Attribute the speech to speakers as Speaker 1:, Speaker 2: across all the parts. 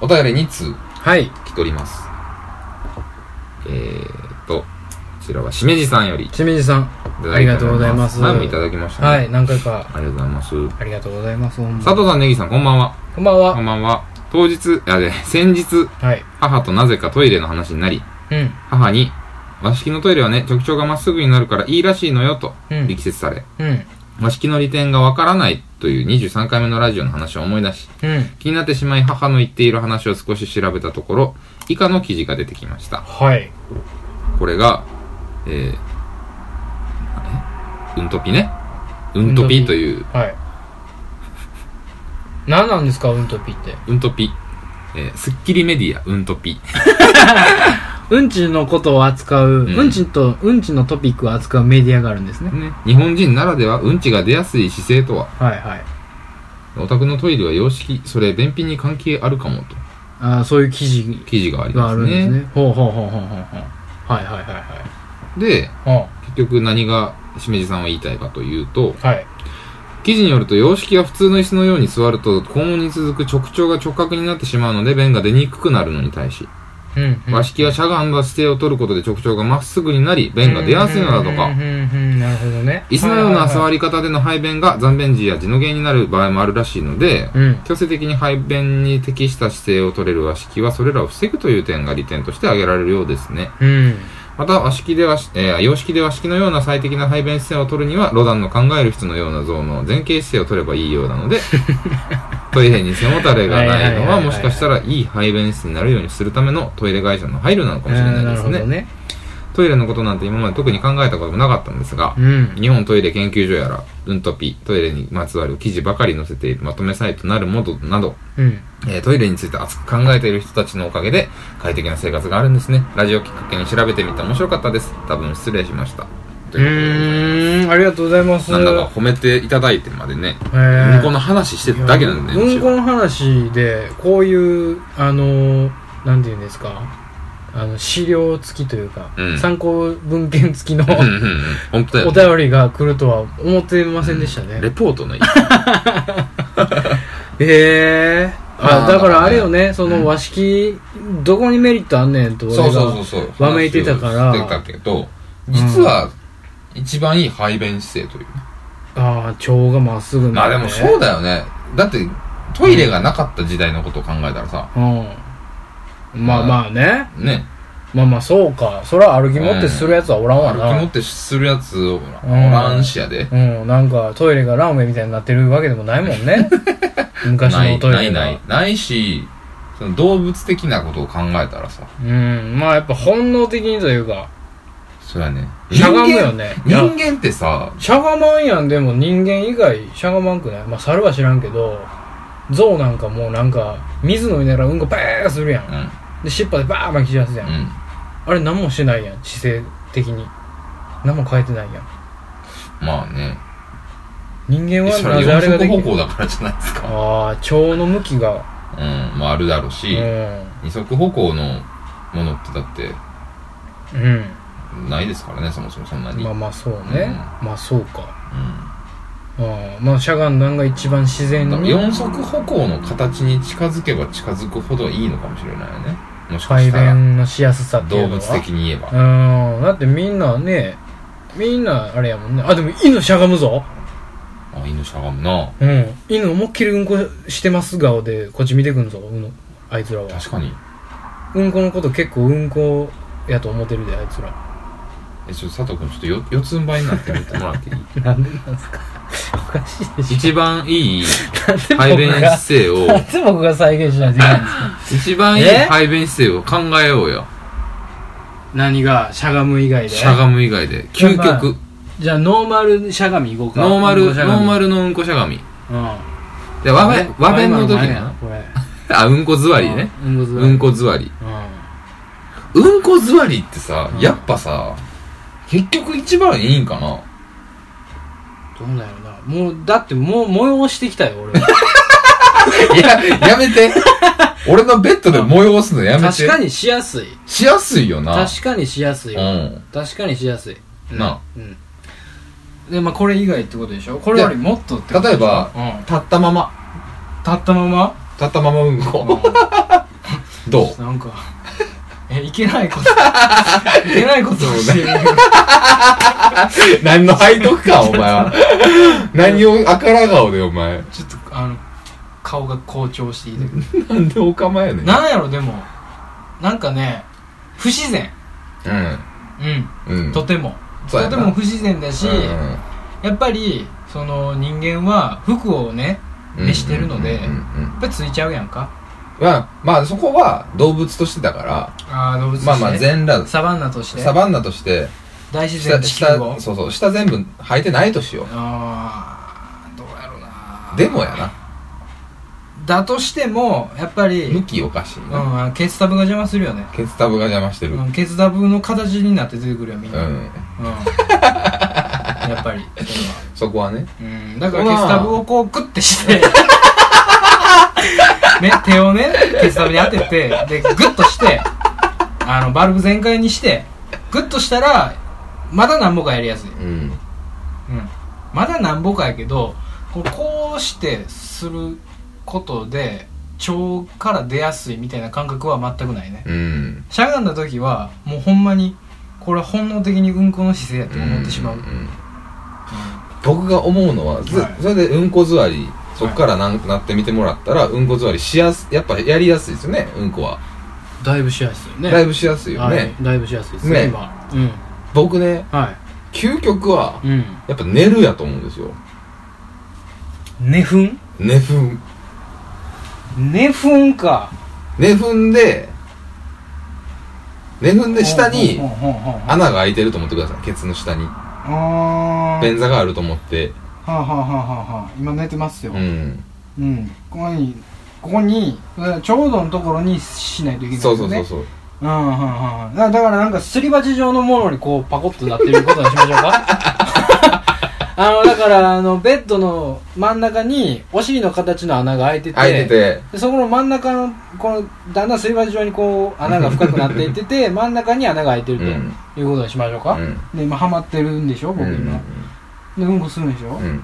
Speaker 1: お便り2通
Speaker 2: はい。
Speaker 1: 来ております。えーと、こちらはしめじさんよりい
Speaker 2: 清水さん。
Speaker 1: ただいております。
Speaker 2: ありがとうございます。
Speaker 1: 前もいただきましたね。
Speaker 2: は
Speaker 1: あ
Speaker 2: い、
Speaker 1: り
Speaker 2: 何回か。
Speaker 1: がとうございます。
Speaker 2: ありがとうございます。ほんま
Speaker 1: 佐藤さん、ネギさん、こんばんは。
Speaker 2: こんばん
Speaker 1: こん
Speaker 2: は。
Speaker 1: ばんは。当日、あ、で、先日、
Speaker 2: はい。
Speaker 1: 母となぜかトイレの話になり、
Speaker 2: うん。
Speaker 1: 母に、和式のトイレはね、直腸がまっすぐになるからいいらしいのよと、
Speaker 2: うん
Speaker 1: 力説され、
Speaker 2: うん。
Speaker 1: 和式の利点がわからないという23回目のラジオの話を思い出し、
Speaker 2: うん。
Speaker 1: 気になってしまい母の言っている話を少し調べたところ、以下の記事が出てきました。
Speaker 2: はい。
Speaker 1: これが、えー、あれうんとぴね。うんとぴという、
Speaker 2: はい。何なんですか、うんとぴって。
Speaker 1: うんとぴ。えー、スッキリメディア、うんとぴ。
Speaker 2: うんちのことを扱う、
Speaker 1: うん
Speaker 2: うんちと、うんちのトピックを扱うメディアがあるんですね。
Speaker 1: ね、日本人ならではうんちが出やすい姿勢とは、
Speaker 2: はいはい。
Speaker 1: お宅のトイレは洋式、それ便秘に関係あるかもと、
Speaker 2: あーそういう記事
Speaker 1: 記事があり
Speaker 2: が
Speaker 1: ま
Speaker 2: あ
Speaker 1: す
Speaker 2: るんで
Speaker 1: ね。
Speaker 2: すね。ほうほうほうほうほうほう。はいはいはい
Speaker 1: で、
Speaker 2: はい。
Speaker 1: 結局何がしめじさんは言いたいかというと、
Speaker 2: うん。はい。
Speaker 1: 記事によると洋式は普通の椅子のように座ると肛門に続く直腸が直角になってしまうので便が出にくくなるのに対し
Speaker 2: うんうん。
Speaker 1: 和式はしゃがんだ姿勢を取ることで直腸がまっすぐになり便が出やすいのだと
Speaker 2: う
Speaker 1: か
Speaker 2: んうんうんうんなるほどね。
Speaker 1: 椅子のような座
Speaker 2: り。
Speaker 1: り方での排便が残便時や地の原因になる場合もあるらしいので
Speaker 2: うん。
Speaker 1: 強制的に排便に適した姿勢を取れる和式はそれらを防ぐという点が利点として挙げられるようですね
Speaker 2: うん。
Speaker 1: また和式では、えー洋式で和式のような最適な排便姿勢を取るにはロダンの考える人のような像の前傾姿勢を取ればいいようなの でトイレに背もたれがないの
Speaker 2: はいはいはいは
Speaker 1: はいもしかしたらいい排便室になるようにするためのトイレ会社の配慮なのかもしれないです
Speaker 2: あーなる
Speaker 1: ね
Speaker 2: ほどね。
Speaker 1: トイレのことなんて今まで特に考えたこともなかったんですが
Speaker 2: う、ん。
Speaker 1: 日本トイレ研究所やらうんとぴトイレにまつわる記事ばかり載せているまとめサイトなるものなど
Speaker 2: うん。
Speaker 1: えートイレについて熱く考えている人たちのおかげで快適な生活があるんですねラジオきっかけに調べてみて面白かったです多分失礼しましたと
Speaker 2: う
Speaker 1: いうこ
Speaker 2: ーん。ありがとうございます。
Speaker 1: とでなんだか褒めていただいてまでね、
Speaker 2: え
Speaker 1: うんこの話してただけなんでねむ
Speaker 2: う
Speaker 1: し
Speaker 2: んこ
Speaker 1: ろ
Speaker 2: の話でこういうあのなんていうんですかあの資料付きというか、
Speaker 1: うん
Speaker 2: 参考文献付きの
Speaker 1: うんうんうん 本当だよ
Speaker 2: お便りが来るとは思ってませんでしたね、
Speaker 1: レポートのいい
Speaker 2: ええ
Speaker 1: あー
Speaker 2: あだからあれよね、そ
Speaker 1: うん
Speaker 2: の和式どこにメリットあんねんと俺が
Speaker 1: そう
Speaker 2: わめいてたから
Speaker 1: 話をしてたけど実は一番いい排便姿勢という、
Speaker 2: ああ腸がまっすぐに
Speaker 1: ま
Speaker 2: な
Speaker 1: あ
Speaker 2: る
Speaker 1: で
Speaker 2: ね
Speaker 1: もそうだよねだってトイレがなかった時代のことを考えたらさ
Speaker 2: うんまあまあね
Speaker 1: ね
Speaker 2: まあまあそうかそら歩き持ってするやつはおらんわ
Speaker 1: 歩き
Speaker 2: な、
Speaker 1: 持ってするやつおら
Speaker 2: うん
Speaker 1: おらんしやで
Speaker 2: うん、なんかトイレがランウェイみたいになってるわけでもないもん ね。昔のトイレ
Speaker 1: な
Speaker 2: が。
Speaker 1: いないないないしその動物的なことを考えたらさ
Speaker 2: うん、まあやっぱ本能的にというか、
Speaker 1: そりゃね
Speaker 2: しゃがむよね。い
Speaker 1: 人間
Speaker 2: や、
Speaker 1: 人間ってさ
Speaker 2: しゃがまんやん、でも人間以外しゃがまんくないまあ猿は知らんけど、象なんかもうなんか、水飲みながらうんこバーするや。
Speaker 1: うんん
Speaker 2: で、尻尾でバー巻き散らすやん。
Speaker 1: うん
Speaker 2: あれ何もしないやん、姿勢的に。何も変えてないやん。
Speaker 1: まあね
Speaker 2: 人間は
Speaker 1: それは
Speaker 2: なぜあれが
Speaker 1: 四
Speaker 2: で
Speaker 1: 足
Speaker 2: き
Speaker 1: 歩
Speaker 2: る
Speaker 1: 行だからじゃないですか
Speaker 2: ああ、腸の向きが。
Speaker 1: うんまああるだろう
Speaker 2: う
Speaker 1: し
Speaker 2: ん。
Speaker 1: 二足歩行のものってだって
Speaker 2: うん。
Speaker 1: ないですからねそもそもそんなに
Speaker 2: まあ
Speaker 1: うん
Speaker 2: まあそうね。まあそうか。ああまあしゃがんだんが一番自然
Speaker 1: だから
Speaker 2: に
Speaker 1: 四足歩行の形に近づけば近づくほどいいのかもしれないよねもしか
Speaker 2: 排
Speaker 1: したら
Speaker 2: 便のしやすさって
Speaker 1: 動
Speaker 2: いうの
Speaker 1: 物
Speaker 2: は
Speaker 1: 的に言えば
Speaker 2: うんだってみんなねみんなあれやもんねあでも犬しゃがむぞ
Speaker 1: あ犬しゃがむな
Speaker 2: うん犬思いっきりうんこしてます顔でこっち見てくんぞうんあいつらは
Speaker 1: 確かに
Speaker 2: うんこのこと結構うんこやと思ってるであいつら
Speaker 1: えちょっと佐藤君ちょっとよ四つん這いになってやってもら っていい
Speaker 2: なんでなんすか おかしいでし
Speaker 1: 一番 いい
Speaker 2: ょ
Speaker 1: 排便姿勢を
Speaker 2: なんで僕が再現しないといけないんですか
Speaker 1: 一番いい
Speaker 2: え
Speaker 1: 排便姿勢を考えようよ
Speaker 2: 何がしゃがむ以外で
Speaker 1: しゃがむ以外で究
Speaker 2: まあ
Speaker 1: 極
Speaker 2: じゃあノーマルしゃがみいこうか
Speaker 1: ノーマ
Speaker 2: う
Speaker 1: ル
Speaker 2: んこ
Speaker 1: ノ
Speaker 2: しゃがみ
Speaker 1: ーマルのうんこしゃがみ
Speaker 2: うん
Speaker 1: で和べ和便の時
Speaker 2: な
Speaker 1: な
Speaker 2: これ
Speaker 1: あうんこ座りね
Speaker 2: うんこ座り
Speaker 1: うんこ座り
Speaker 2: う
Speaker 1: うんこ座りってさ
Speaker 2: うん
Speaker 1: やっぱさ結局一番いいんかなん
Speaker 2: どうだよなもうだってもう催してきたよ俺
Speaker 1: いややめて俺のベッドで催すのやめ
Speaker 2: 確
Speaker 1: て
Speaker 2: かにしやすい
Speaker 1: しやすいよな
Speaker 2: 確かにしやすいわ
Speaker 1: うん
Speaker 2: 確かにしやすいうん
Speaker 1: な
Speaker 2: うんでまあこれ以外ってことでしょこれよりもっとってことでしょ
Speaker 1: 例えば
Speaker 2: うん
Speaker 1: 立ったまま
Speaker 2: 立ったまま
Speaker 1: 立ったままうんこ
Speaker 2: うん
Speaker 1: どう
Speaker 2: なんかえいけないこと いけないことをしてる
Speaker 1: 何の背徳感お前は 何をあから顔でお前
Speaker 2: ちょっとあの顔が好調していて
Speaker 1: なんでお構えやねん
Speaker 2: なんやろでもなんかね不自然
Speaker 1: うんう
Speaker 2: うんんとても
Speaker 1: そうや
Speaker 2: と
Speaker 1: な
Speaker 2: ても不自然だし、
Speaker 1: うん
Speaker 2: やっぱりその人間は服をね
Speaker 1: うん
Speaker 2: 召してるので
Speaker 1: うんうんうん
Speaker 2: やっぱりついちゃうやんか
Speaker 1: まあまあそこは動物としてだから
Speaker 2: ああ動物として、ね、
Speaker 1: まあまあ全裸
Speaker 2: サバンナとして
Speaker 1: サバンナとして
Speaker 2: 大自然
Speaker 1: 下
Speaker 2: と地球を
Speaker 1: 下そうそう下全部履いてないとしよ
Speaker 2: ああどうやろうな
Speaker 1: うでもやな
Speaker 2: だとしてもやっぱり、う
Speaker 1: 向
Speaker 2: ん、
Speaker 1: きおかしいな
Speaker 2: あのケツタブが邪魔するよね、
Speaker 1: ケツタブが邪魔してる
Speaker 2: うん、ケツタブの形になって出てくるよみん
Speaker 1: う
Speaker 2: な、うん
Speaker 1: ん
Speaker 2: やっぱりそれは
Speaker 1: そこはね
Speaker 2: うんだからケツタブをこうクッてして、 ね、手をねケツタブに当ててでグッとしてあのバルブ全開にしてグッとしたらまだなんぼかやりやすい、うん、
Speaker 1: うん
Speaker 2: まだなんぼかやけどこうこうしてすることで腸から出やすいみたいな感覚は全くないね
Speaker 1: うん
Speaker 2: しゃがんだ時はもうほんまにこれは本能的にうんこの姿勢やと思ってしまう、うん
Speaker 1: んん僕が思うのは、ず
Speaker 2: はい
Speaker 1: それでうんこ座りそっからなん、なってみてもらったらうんこ座りしやすやっぱやりやすいですよねうんこは、
Speaker 2: だいぶしやすいね
Speaker 1: だいぶしやすいよね、
Speaker 2: はい、だいぶしやすいです
Speaker 1: ね
Speaker 2: ね今うん
Speaker 1: 僕ね
Speaker 2: は
Speaker 1: 究極はい
Speaker 2: うん
Speaker 1: やっぱ寝るやと思うんですよ
Speaker 2: 寝粉
Speaker 1: 寝踏
Speaker 2: 寝粉か
Speaker 1: 寝踏んで寝踏んで下に
Speaker 2: あ
Speaker 1: 穴が開いてると思ってくださいケツの下に
Speaker 2: あー
Speaker 1: 便座があると思って
Speaker 2: はあはあはあはあはあ今寝てますよ
Speaker 1: うん
Speaker 2: うんここにここにちょうどのところにしないといけない
Speaker 1: そうそうそう
Speaker 2: う
Speaker 1: そう
Speaker 2: うんうんうんうんだだからなんかすり鉢状のものにこうパコッとなってることにしましょう かあのだからあのベッドの真ん中にお尻の形の穴が開いてて
Speaker 1: 開いてて
Speaker 2: でそこの真ん中のこのだんだんすり鉢状にこう穴が深くなっていって て真ん中に穴が開いてると、
Speaker 1: うん
Speaker 2: いうことにしましょうか、
Speaker 1: うん
Speaker 2: で今ハマってるんでしょ
Speaker 1: う
Speaker 2: 僕
Speaker 1: ん
Speaker 2: 今、でうんこするんでしょ、
Speaker 1: うん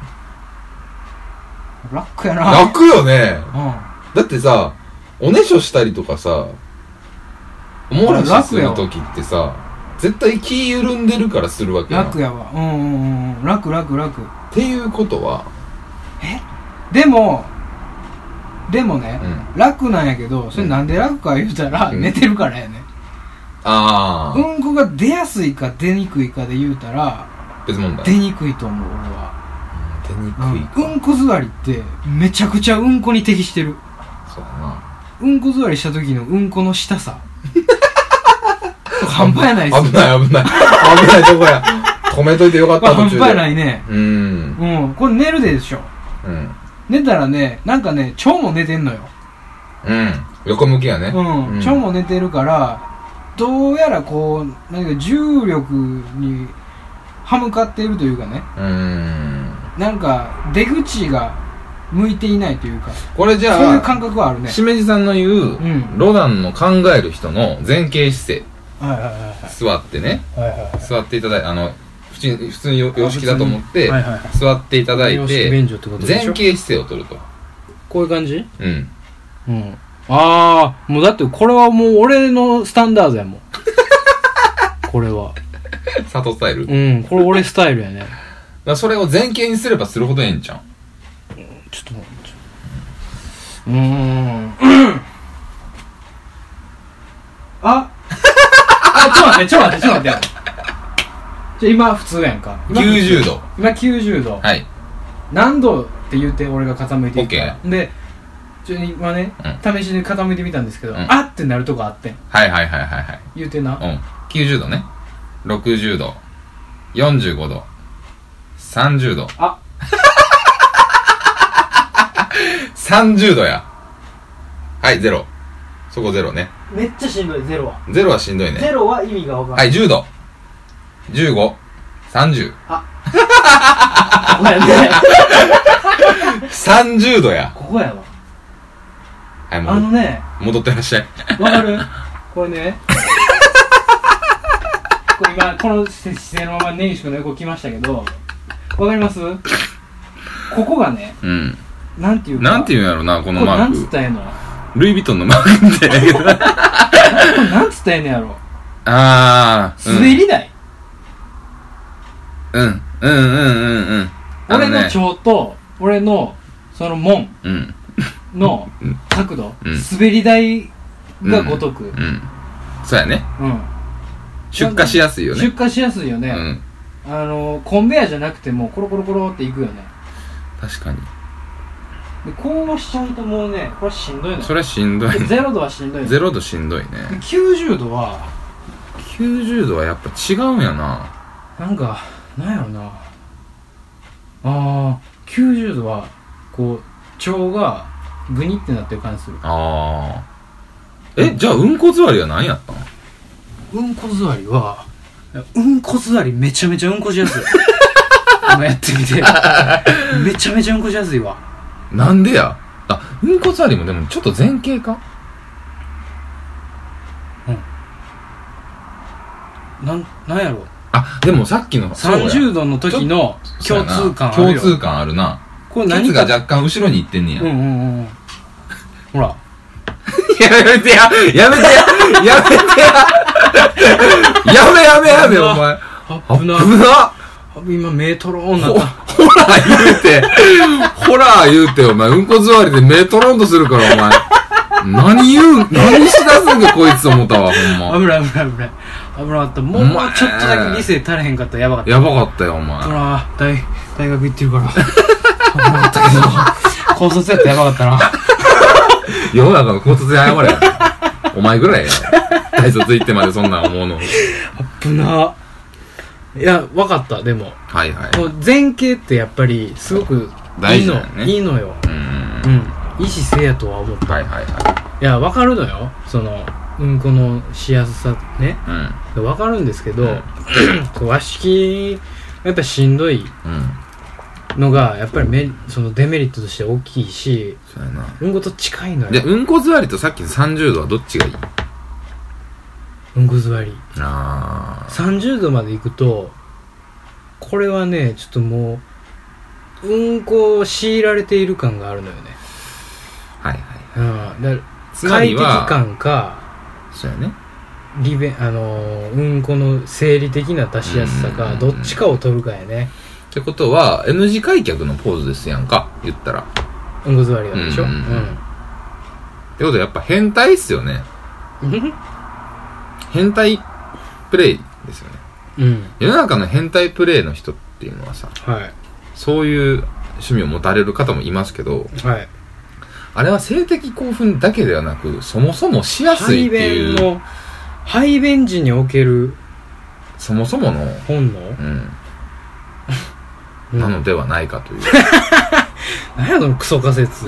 Speaker 2: 楽やな
Speaker 1: 楽よね
Speaker 2: う
Speaker 1: だってさおねしょしたりとかさおもらしする時ってさ絶対気緩んでるからするわ
Speaker 2: ん
Speaker 1: けやんっ
Speaker 2: 楽やわうんうんうんうん楽楽楽
Speaker 1: ていうことは
Speaker 2: でもでもね
Speaker 1: う、ん
Speaker 2: 楽なんやけどそれなんで楽か言うたら、
Speaker 1: うん
Speaker 2: 寝てるからやね
Speaker 1: あ
Speaker 2: う
Speaker 1: あ
Speaker 2: んこが出やすいか出にくいかで言うたら
Speaker 1: 別問題
Speaker 2: 出にくいと思う俺は、
Speaker 1: 出にく
Speaker 2: うん
Speaker 1: いか
Speaker 2: うんこ座りってめちゃくちゃうんこに適してる
Speaker 1: そうだな
Speaker 2: うんこ座りした時のうんこの下 さ半端やないっす
Speaker 1: 危ない危ない危ないとこや止めといてよかっ
Speaker 2: ま あ
Speaker 1: た
Speaker 2: 半
Speaker 1: 途
Speaker 2: 端
Speaker 1: 中で
Speaker 2: やないね。
Speaker 1: うん
Speaker 2: うん。これ寝るでしょ。
Speaker 1: うん
Speaker 2: 寝たらね、なんかね、腸も寝てんのよ。
Speaker 1: うん横向きやね
Speaker 2: うん。
Speaker 1: うん
Speaker 2: 腸も寝てるから、どうやらこう、何か重力に歯向かっているというかね、
Speaker 1: うん
Speaker 2: なんか出口が向いていないというか、
Speaker 1: これじ
Speaker 2: そうい
Speaker 1: ゃ
Speaker 2: う感
Speaker 1: あ
Speaker 2: 覚はあるね。
Speaker 1: しめじさんの言う
Speaker 2: うん
Speaker 1: ロダンの考える人の前傾姿勢
Speaker 2: はいはい
Speaker 1: 座ってね
Speaker 2: はいはい。はいはいはい。
Speaker 1: 座っていただいてあの普通に普通によ洋式だと思って、
Speaker 2: はいはいはい
Speaker 1: 座っていただい
Speaker 2: 洋式便
Speaker 1: て
Speaker 2: 所ってことで
Speaker 1: 前
Speaker 2: しょ
Speaker 1: 傾姿勢を取ると
Speaker 2: こういう感じ
Speaker 1: うん
Speaker 2: うん。ああ、もうだってこれはもう俺のスタンダード やもん。これは。
Speaker 1: 佐藤スタイル、だか
Speaker 2: うん、これ俺スタイルやね。
Speaker 1: らそれを前傾にすればするほどええんちゃう
Speaker 2: ちょっと待って。うーん。 ああ、ちょっと待って、ちょっと待って、ちょっと待って。じゃあ今普通やんか。今
Speaker 1: 90度
Speaker 2: 今90度。
Speaker 1: はい
Speaker 2: 何度って言って俺が傾いていくから。
Speaker 1: オ
Speaker 2: で、ちょ今ね、試しに傾いてみたんですけど、
Speaker 1: うん
Speaker 2: あってなるとこあってん。
Speaker 1: はいはいはいはいはい
Speaker 2: 言うてな。
Speaker 1: うん90度ね60度45度30度
Speaker 2: あ
Speaker 1: 30度やはいゼロそこゼロね
Speaker 2: めっちゃしんどい、ゼロは。
Speaker 1: ゼロはしんどいね
Speaker 2: ロは意味がわか
Speaker 1: はい10度153030
Speaker 2: ない。ここ やね。
Speaker 1: 30度や
Speaker 2: ここやわ。
Speaker 1: はいも
Speaker 2: あの
Speaker 1: う
Speaker 2: ね、
Speaker 1: 戻ってらっしゃい
Speaker 2: わかるこれねこれ今この姿勢のまま根岸君の横来ましたけどわかりますここがね
Speaker 1: うん
Speaker 2: なんていうか
Speaker 1: なんて
Speaker 2: いう
Speaker 1: いうんやろなこ
Speaker 2: こ
Speaker 1: の
Speaker 2: れ
Speaker 1: マ
Speaker 2: なんつ
Speaker 1: ー
Speaker 2: ったらええの
Speaker 1: クルイ・ヴィトンのマークみたいやけど
Speaker 2: 伝えんねやろ
Speaker 1: ああ、うん、
Speaker 2: 滑り台、
Speaker 1: うん、うん、うん、うん、うん。あ
Speaker 2: 俺
Speaker 1: ね
Speaker 2: の蝶と俺のその門
Speaker 1: うん、
Speaker 2: の角度、
Speaker 1: うん
Speaker 2: 滑り台がごとく、うん
Speaker 1: うん。そうやね。出荷しやすいよね。
Speaker 2: 出荷しやすいよね、
Speaker 1: うん。
Speaker 2: あのコンベヤじゃなくてもうコロコロコロっていくよね
Speaker 1: 確かに。
Speaker 2: でこうしちゃうともうねこれしんどいのよ
Speaker 1: それしんどい
Speaker 2: で
Speaker 1: ね。
Speaker 2: ゼロ度はしんどいの
Speaker 1: ゼ
Speaker 2: よ
Speaker 1: ロ度しんどいね。
Speaker 2: で90度は
Speaker 1: 90度はやっぱ違うんやな。
Speaker 2: なんかなんやろなあー90度はこう腸がグニってなってる感じする
Speaker 1: ああ。え、じゃあうんこ座りは何やったの
Speaker 2: うんこ座りはうんこ座りめちゃめちゃうんこしやすい 今やってみ てめちゃめちゃうんこしやすいわ
Speaker 1: なんでやあ、うんこ座りもでもちょっと前傾か
Speaker 2: なんなんやろ
Speaker 1: あ、でもさっきの、そうや
Speaker 2: 30度の時の
Speaker 1: そうやな
Speaker 2: 共通感あるよ
Speaker 1: 共通感あるな。
Speaker 2: これ
Speaker 1: ケツ
Speaker 2: 何
Speaker 1: が
Speaker 2: か
Speaker 1: 若干後ろに行ってんねや。
Speaker 2: うんうんうんうんほら
Speaker 1: やめてや、やめてや、やめてや。やめやめやめ、お前。
Speaker 2: あ危な
Speaker 1: 危な
Speaker 2: 今目とろーんな
Speaker 1: ほ、
Speaker 2: った
Speaker 1: ほら言うて、ほら言うて、お前、うんこ座りで目取ろんとするから、お前。何言う、何しだすんか、こいつ思ったわ、ほんま。
Speaker 2: 危ない危ない危ない危なかったもう
Speaker 1: お前
Speaker 2: ちょっとだけ理性足らへんかったらやばかった
Speaker 1: やばかったよ、お前。
Speaker 2: ほら大大学行ってるから危なかったけ ど高卒やったらやばかったな
Speaker 1: 世の中の交通で謝れ。お前ぐらいや。大卒行ってまでそんなん思うの。
Speaker 2: 危ないや分かったでも
Speaker 1: はいはい。
Speaker 2: こう前傾ってやっぱりすごくい
Speaker 1: 大
Speaker 2: い
Speaker 1: 事
Speaker 2: の、
Speaker 1: だよね
Speaker 2: いいのよ
Speaker 1: うーん。
Speaker 2: うんいい姿勢やとは思った、
Speaker 1: はい
Speaker 2: い、
Speaker 1: はいは
Speaker 2: や分かるのよそのうんこのしやすさね
Speaker 1: い。うん。
Speaker 2: 分かるんですけど、
Speaker 1: うん
Speaker 2: こう和式やっぱしんどい
Speaker 1: うん。
Speaker 2: のがやっぱりメそのデメリットとして大きいし
Speaker 1: そうやな。
Speaker 2: うんこと近いの
Speaker 1: で、
Speaker 2: よ
Speaker 1: うんこ座りとさっきの30度はどっちがいい
Speaker 2: うんこ座り
Speaker 1: あ
Speaker 2: 30度まで行くとこれはねちょっともううんこを強いられている感があるのよね
Speaker 1: あ。はいはい。
Speaker 2: うんだから
Speaker 1: つま
Speaker 2: 快
Speaker 1: り
Speaker 2: 適
Speaker 1: は、
Speaker 2: 感か
Speaker 1: そうやね。
Speaker 2: 利便あのーうんこの生理的な出しやすさ
Speaker 1: うんうん
Speaker 2: か
Speaker 1: うん
Speaker 2: どっちかを取るかやね
Speaker 1: ってことは、N 字開脚のポーズですやんか。言ったら。って
Speaker 2: うんこ座りなんでしょ
Speaker 1: う
Speaker 2: うんん
Speaker 1: ことはやっぱ変態っすよね。変態プレイですよね。
Speaker 2: うん
Speaker 1: 世の中の変態プレイの人っていうのはさ、
Speaker 2: はい
Speaker 1: そういう趣味を持たれる方もいますけど、
Speaker 2: はい
Speaker 1: あれは性的興奮だけではなく、そもそもしやすい
Speaker 2: 排
Speaker 1: って
Speaker 2: 便
Speaker 1: いう、
Speaker 2: の排便時における
Speaker 1: そもそもの、
Speaker 2: 本能
Speaker 1: うん、
Speaker 2: うん
Speaker 1: なのではないかという。
Speaker 2: 何やそのクソ仮 説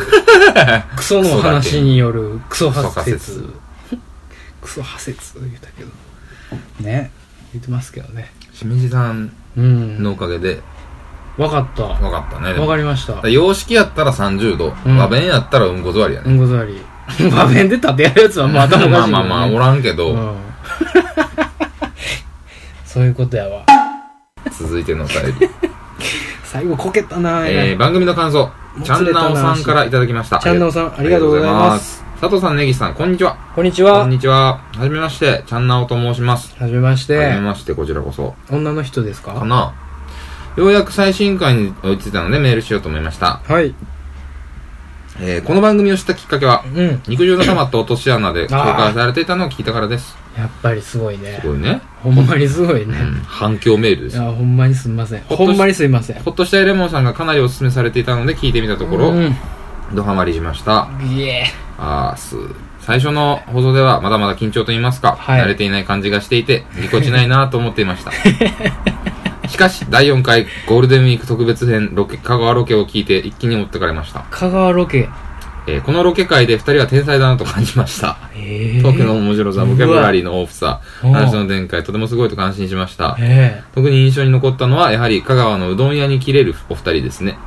Speaker 2: クソの話によるクソ仮説クソ仮説言ったけどね言ってますけどね
Speaker 1: しめじさん
Speaker 2: うん
Speaker 1: のおかげで、
Speaker 2: 分かった
Speaker 1: わかったね。でも
Speaker 2: 分かりました
Speaker 1: だから洋式やったら30度、
Speaker 2: うん
Speaker 1: 和弁やったらうんこ座りや
Speaker 2: う
Speaker 1: ね。
Speaker 2: んこ座り 場面で立てやるやつはまあ頭お
Speaker 1: ま
Speaker 2: か
Speaker 1: あ
Speaker 2: し い
Speaker 1: まあまあ、おらんけど、
Speaker 2: うん そういうことやわ
Speaker 1: 続いてのお便り。
Speaker 2: 最後こけたな
Speaker 1: えー、番組の感想、
Speaker 2: も
Speaker 1: ちゃ
Speaker 2: つ
Speaker 1: ん
Speaker 2: れた
Speaker 1: な
Speaker 2: な
Speaker 1: おさんからいただきました。
Speaker 2: ちゃんなおさんありがとうございます
Speaker 1: ありがとうございます。佐藤さん、根岸さん、こんにちは。
Speaker 2: こんにち
Speaker 1: こん
Speaker 2: は
Speaker 1: にちは。はじめまして、ちゃんなおと申します。
Speaker 2: はじめまし
Speaker 1: はじ
Speaker 2: て
Speaker 1: めまして、こちらこそ。
Speaker 2: 女の人です
Speaker 1: か
Speaker 2: か
Speaker 1: なようやく最新回に追いついたのでメールしようと思いました。
Speaker 2: はい
Speaker 1: えー、この番組を知ったきっかけは、
Speaker 2: うん
Speaker 1: 肉汁の玉と落とし穴で公開されていたのを聞いたからです。
Speaker 2: やっぱりすごいね
Speaker 1: すごいね。
Speaker 2: ほんまにすごい
Speaker 1: うん
Speaker 2: ね、
Speaker 1: 反響メールで
Speaker 2: い
Speaker 1: す。
Speaker 2: やほんまにすみません
Speaker 1: ほっと
Speaker 2: ほんまにすみません
Speaker 1: ほっとしたいレモンさんがかなりお勧めされていたので聞いてみたところ、
Speaker 2: うん
Speaker 1: ドハマりしました。
Speaker 2: いえ
Speaker 1: あーす。最初の放送ではまだまだ緊張と言いますか、
Speaker 2: はい
Speaker 1: 慣れていない感じがしていて、ぎこちないなと思ってい ました。しかし、第4回ゴールデンウィーク特別編ロケ、香川ロケを聞いて一気に持ってかれました。
Speaker 2: 香川ロケ
Speaker 1: えーこのロケ会で2人は天才だなと感じました。
Speaker 2: ええ
Speaker 1: トークの面白さ、ボキャブラリーの豊富さ、
Speaker 2: うわ
Speaker 1: 話の展開、とてもすごいと感心しました。
Speaker 2: え
Speaker 1: 特に印象に残ったのは、やはり香川のうどん屋に切れるお二人です ね。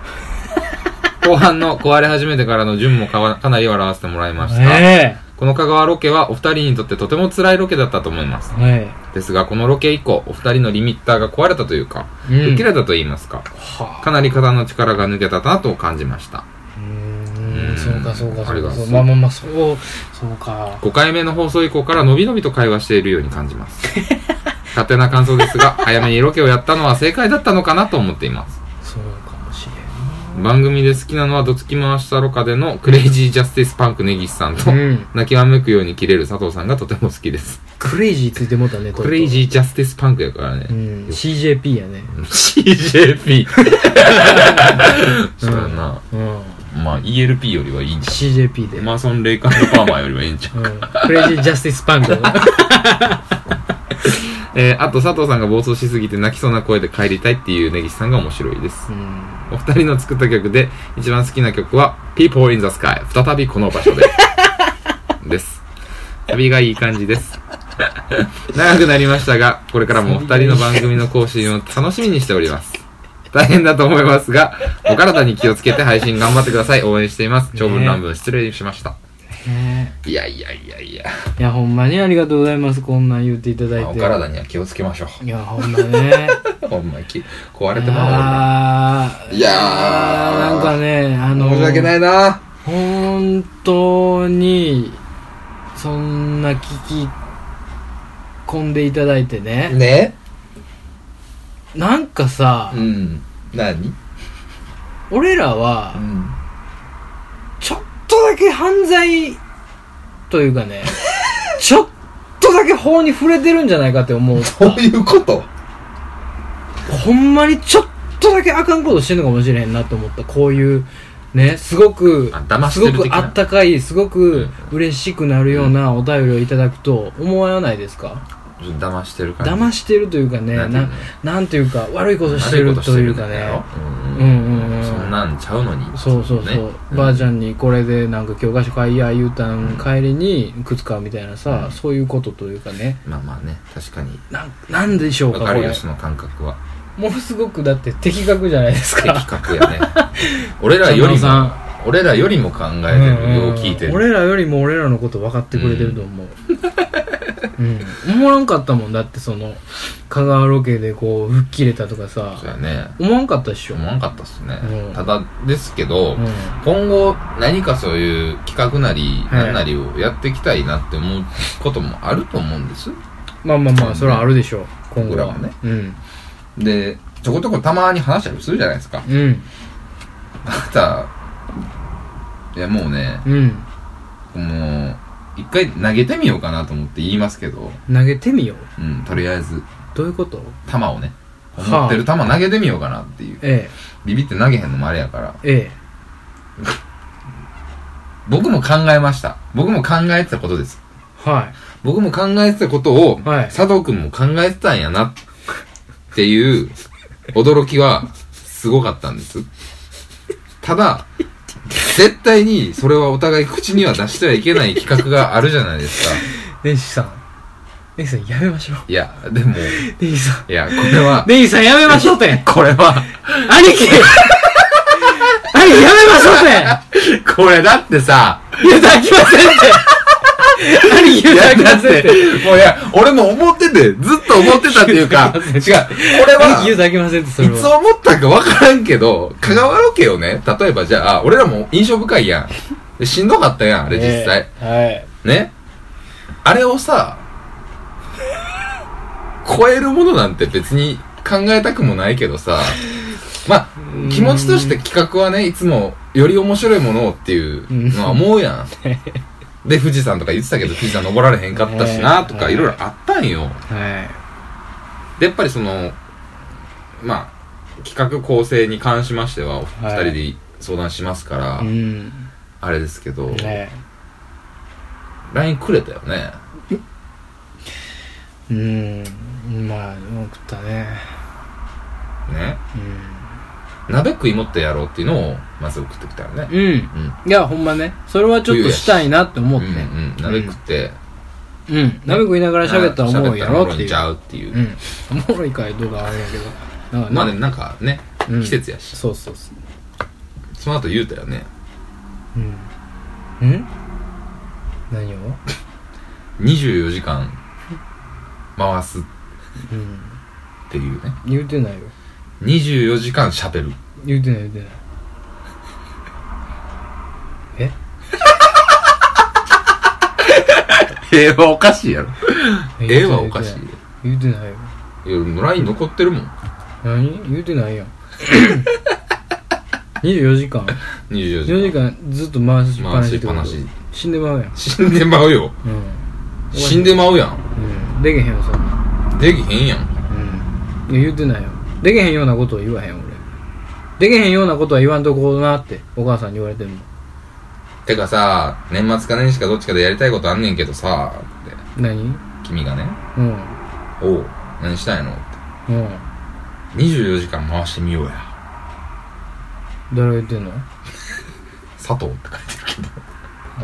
Speaker 1: 後半の壊れ始めてからの順もかわかなり笑わせてもらいま
Speaker 2: え
Speaker 1: した。
Speaker 2: え
Speaker 1: この香川ロケはお二人にとってとても辛いロケだったと思います。
Speaker 2: えはい
Speaker 1: ですが、このロケ以降、お二人のリミッターが壊れたというか、
Speaker 2: うん
Speaker 1: 吹っ切れたと言いますか、
Speaker 2: はあ
Speaker 1: かなり肩の力が抜けたなと感じました。
Speaker 2: うーん
Speaker 1: うん
Speaker 2: そそうかそうか
Speaker 1: あ
Speaker 2: そ
Speaker 1: り
Speaker 2: う
Speaker 1: が
Speaker 2: か
Speaker 1: とうござ
Speaker 2: そう
Speaker 1: い
Speaker 2: まあ
Speaker 1: ま
Speaker 2: まあまあそうそうか
Speaker 1: す5回目の放送以降からのびのびと会話しているように感じます 勝手な感想ですが早めにロケをやったのは正解だったのかなと思っています
Speaker 2: そうかもしれん
Speaker 1: 番組で好きなのはどつき回したろかでのクレイジージャスティスパンク根岸さんと、
Speaker 2: うん
Speaker 1: 泣きわめくように切れる佐藤さんがとても好きです
Speaker 2: クレイジーついてもうたねとうとう
Speaker 1: クレイジージャスティスパンクやからね、
Speaker 2: うん CJP やね
Speaker 1: CJP そうやな、
Speaker 2: うん
Speaker 1: まあ ELP よりはいいんじ
Speaker 2: CJP で
Speaker 1: ゃんマーソン・レイカーのパーマーよりはいいんじゃん
Speaker 2: うんクレイジージャスティス パンク
Speaker 1: えーあと佐藤さんが暴走しすぎて泣きそうな声で帰りたいっていう根岸さんが面白いです
Speaker 2: う。ん
Speaker 1: お二人の作った曲で一番好きな曲は People in the Sky 再びこの場所で です。サビがいい感じです。長くなりましたが、これからもお二人の番組の更新を楽しみにしております。大変だと思いますが、お体に気をつけて配信頑張ってください。応援しています。長文乱文失礼しました。
Speaker 2: ね
Speaker 1: いやいやいやいや、
Speaker 2: えいやほんまにありがとうございますこんなん言っていただい
Speaker 1: まあお
Speaker 2: て
Speaker 1: 体には気をつけましょ
Speaker 2: いやほんまね
Speaker 1: う。ほんまき壊れてまうわ俺ら
Speaker 2: あー
Speaker 1: いやー
Speaker 2: なんかねあの
Speaker 1: 申し訳ないな
Speaker 2: 本当にそんな聞き込んでいただいてね
Speaker 1: ね
Speaker 2: なんかさ、
Speaker 1: ん何
Speaker 2: 俺らはちょっとだけ犯罪というかねちょっとだけ法に触れてるんじゃないかって思 う
Speaker 1: そういうこと
Speaker 2: ほんまにちょっとだけあかんことしてんのかもしれへんなと思ったこういうねすごく
Speaker 1: あ騙し
Speaker 2: す
Speaker 1: て
Speaker 2: ご
Speaker 1: る的な
Speaker 2: くあったかいすごく嬉しくなるようなお便りをいただくと思わないですか、
Speaker 1: 騙してるから
Speaker 2: 騙してるというかね
Speaker 1: な
Speaker 2: な
Speaker 1: て
Speaker 2: ん
Speaker 1: いうの
Speaker 2: ななんていうか悪いことして
Speaker 1: 悪い
Speaker 2: る
Speaker 1: こと
Speaker 2: というか
Speaker 1: してるんだ
Speaker 2: ね
Speaker 1: ようん
Speaker 2: うんうんうん
Speaker 1: そんなんちゃうのに
Speaker 2: そうそうそう、
Speaker 1: ね
Speaker 2: ばあちゃんにこれでなんか教科書買いや言うたん帰りに靴買うみたいなさ、
Speaker 1: うん
Speaker 2: そういうことというかね
Speaker 1: まあまあね確かに
Speaker 2: なんなんでしょ
Speaker 1: わ
Speaker 2: うかこ
Speaker 1: かる
Speaker 2: れ
Speaker 1: よその感覚は
Speaker 2: ものすごくだって的確じゃないです
Speaker 1: 的
Speaker 2: か
Speaker 1: 確や ね俺らより
Speaker 2: 佐藤
Speaker 1: も
Speaker 2: さん
Speaker 1: 俺らよりも考えてるよう聞いて
Speaker 2: うん
Speaker 1: る
Speaker 2: 俺らよりも俺らのこと分かってくれてる と思う、うん、思わんかったもんだってその香川ロケでこう吹っ切れたとかさ
Speaker 1: そうやね
Speaker 2: 思わんかったっしょ、
Speaker 1: 思わんかったっすね
Speaker 2: うん
Speaker 1: ただですけど
Speaker 2: うん
Speaker 1: 今後何かそういう企画なり
Speaker 2: はい
Speaker 1: 何なりをやっていきたいなって思うこともあると思うんです
Speaker 2: まあまあまあそれはあるでしょう今後
Speaker 1: 僕ら
Speaker 2: は
Speaker 1: はね
Speaker 2: うん
Speaker 1: でちょこちょこたまに話したりするじゃないですか
Speaker 2: うん
Speaker 1: またいやもうね
Speaker 2: うん
Speaker 1: もう一回投げてみようかなと思って言いますけど、
Speaker 2: 投げてみよう
Speaker 1: うん、とりあえず
Speaker 2: どういうこと
Speaker 1: 球をね
Speaker 2: はあ
Speaker 1: 思ってる球投げてみようかなっていう
Speaker 2: え
Speaker 1: ビビって投げへんのもあれやから
Speaker 2: ええ
Speaker 1: 僕も考えました僕も考えてたことです
Speaker 2: えは
Speaker 1: 僕も考えてたことを、
Speaker 2: はい
Speaker 1: 佐藤君も考えてたんやなっていう驚きはすごかったんですただ絶対にそれはお互い口には出してはいけない企画があるじゃないですか
Speaker 2: い根岸さん根岸さんやめましょう
Speaker 1: いやでも
Speaker 2: 根岸さん
Speaker 1: いやこれは
Speaker 2: 根岸さんやめましょうて
Speaker 1: これは、
Speaker 2: 兄 貴兄貴やめましょうて
Speaker 1: これだってさ、
Speaker 2: 言うたらきませんって 何言うたらきま
Speaker 1: だっ
Speaker 2: せん
Speaker 1: て
Speaker 2: って、
Speaker 1: もういや、俺も思ってて、ずっと思ってたっていうか、違う、これは、
Speaker 2: 言う
Speaker 1: い
Speaker 2: たらきませんってそれ
Speaker 1: つ
Speaker 2: は
Speaker 1: 思ったかわからんけど、香川ロケをね、例えばじゃあ、俺らも印象深いやんで。しんどかったやん、あれ実際。
Speaker 2: え
Speaker 1: ね。あれをさ、超えるものなんて別に考えたくもないけどさ、まあ、
Speaker 2: えはい
Speaker 1: 気持ちとして企画はねいつもより面白いものをっていうのは思うやんで富士山とか言ってたけど富士山登られへんかったしなとか
Speaker 2: ね
Speaker 1: いろいろあったんよ
Speaker 2: は
Speaker 1: でやっぱりそのまあ企画構成に関しましてはお二人で相談しますから、
Speaker 2: いうん
Speaker 1: あれですけど、
Speaker 2: ね
Speaker 1: LINE くれたよね
Speaker 2: えうんまあ送ったね
Speaker 1: ね
Speaker 2: うん
Speaker 1: 鍋食い持ってやろうっていうのをまず送ってきたよね
Speaker 2: うん
Speaker 1: うん
Speaker 2: いやほんまねそれはちょっとしたいなって思
Speaker 1: う
Speaker 2: っ
Speaker 1: ん
Speaker 2: て
Speaker 1: うん鍋食って
Speaker 2: うん鍋食いながら喋ったら思うやろって
Speaker 1: 喋
Speaker 2: い
Speaker 1: ったら
Speaker 2: う
Speaker 1: おもろいんちゃうっていう
Speaker 2: うんおもろいかいどうかあれやけどだから
Speaker 1: まあで
Speaker 2: ね
Speaker 1: もなんかね
Speaker 2: うん
Speaker 1: 季節やし
Speaker 2: そうそうそう
Speaker 1: その後言うたよね
Speaker 2: うんん何を
Speaker 1: 24時間回すっ
Speaker 2: うん
Speaker 1: ていうね
Speaker 2: 言うてないよ
Speaker 1: 24時間喋る
Speaker 2: 言うてない言うてないえ
Speaker 1: 絵はおかしい やろ。絵はおかしいよ。
Speaker 2: 言うてないよ
Speaker 1: いや、もうライン残ってるもん。
Speaker 2: 何言うてないやん 24時間
Speaker 1: 24時
Speaker 2: 24時
Speaker 1: 間。
Speaker 2: 間ずっと回しっぱなしってこと
Speaker 1: 回しっぱなし
Speaker 2: 死んでまうやん、
Speaker 1: 死んでまうよ。
Speaker 2: うん、
Speaker 1: 死んでまうやん。
Speaker 2: うんでけへんよそんな
Speaker 1: できへんやん。
Speaker 2: うんいや言うてないよでけへんようなことを言わへん俺でけへんようなことは言わんとこうなってお母さんに言われてるもん
Speaker 1: てかさ、年末か年始かどっちかでやりたいことあんねんけどさ、って。
Speaker 2: 何
Speaker 1: 君がね、
Speaker 2: うん
Speaker 1: おう、何したいのって。
Speaker 2: うん
Speaker 1: 24時間回してみようや。
Speaker 2: 誰が言ってんの
Speaker 1: 佐藤って書いてる。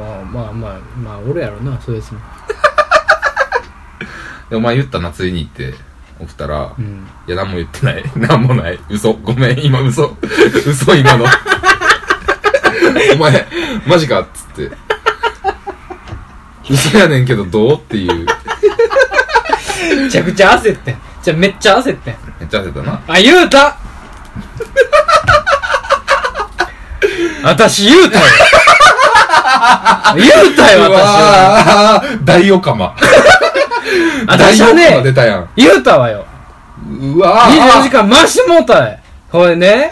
Speaker 2: ああまあまあまあ俺やろなそうですね
Speaker 1: で、お前言ったな、ついにって送ったら
Speaker 2: う、ん
Speaker 1: いや、何も言ってない。 何もない。嘘。ごめん、今嘘。 嘘、今の。 お前、マジかっつって。 嘘やねんけど、どうっていう。
Speaker 2: めちゃくちゃ焦ってんじゃあめっちゃ焦ってん
Speaker 1: めっちゃ焦ったな。
Speaker 2: あ言 うた私言うたよ言うたよ私は
Speaker 1: わー、大オカマ。
Speaker 2: 私は
Speaker 1: 大オカマ出
Speaker 2: ね
Speaker 1: たやん。
Speaker 2: 言うたわよ
Speaker 1: うわ
Speaker 2: 24時
Speaker 1: ー。
Speaker 2: 間回してもうたいこ れね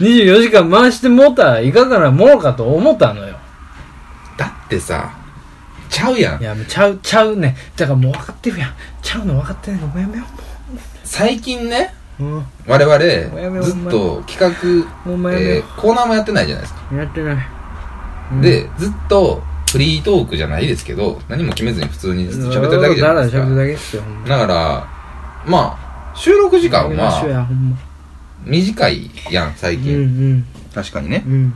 Speaker 2: 24時間回してもうたらいかがなものかと思ったのよ
Speaker 1: だってさ、ちゃうや
Speaker 2: い
Speaker 1: ん。
Speaker 2: やもうちゃうちゃうねだからもう分かってるやんちゃうの分かってないのもうやめよ
Speaker 1: 最近ね、
Speaker 2: うもう、
Speaker 1: 我
Speaker 2: やめ
Speaker 1: 々、
Speaker 2: よ
Speaker 1: ずっと企画、
Speaker 2: ほんまやめ
Speaker 1: え
Speaker 2: よ
Speaker 1: ーコーナーもやってないじゃないですか。
Speaker 2: うやってないうん
Speaker 1: で、ずっと、フリートークじゃないですけど、何も決めずに普通にずっと喋ってるだけじゃないです
Speaker 2: だらだら喋ってる
Speaker 1: か。
Speaker 2: だけっすよほんま
Speaker 1: だから、まあ、収録時間
Speaker 2: や
Speaker 1: は
Speaker 2: めましょうやほんま
Speaker 1: 短いやん、最
Speaker 2: う
Speaker 1: 近。
Speaker 2: ん
Speaker 1: 確かにね
Speaker 2: う。ん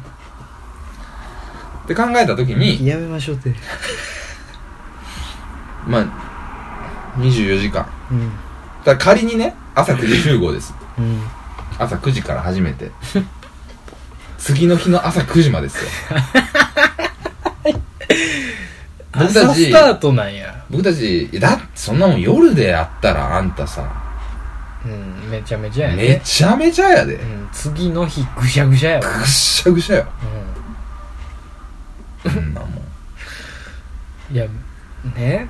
Speaker 1: って考えた時
Speaker 2: うん
Speaker 1: に、
Speaker 2: やめましょうって
Speaker 1: まあ、24時間。
Speaker 2: うん
Speaker 1: だから仮にね、朝9時集合です。
Speaker 2: うん
Speaker 1: 朝9時から始め て。次の日の朝9時までですよ。僕たち
Speaker 2: 朝スタートなんや
Speaker 1: 僕たち、いやだってそんなもん夜でやったらあんたさ、
Speaker 2: うんめちゃめちゃやね
Speaker 1: めちゃめちゃやで
Speaker 2: う。ん次の日ぐしゃぐしゃやわ
Speaker 1: ぐっしゃぐしゃよ。
Speaker 2: う
Speaker 1: そんなもん。
Speaker 2: んいやね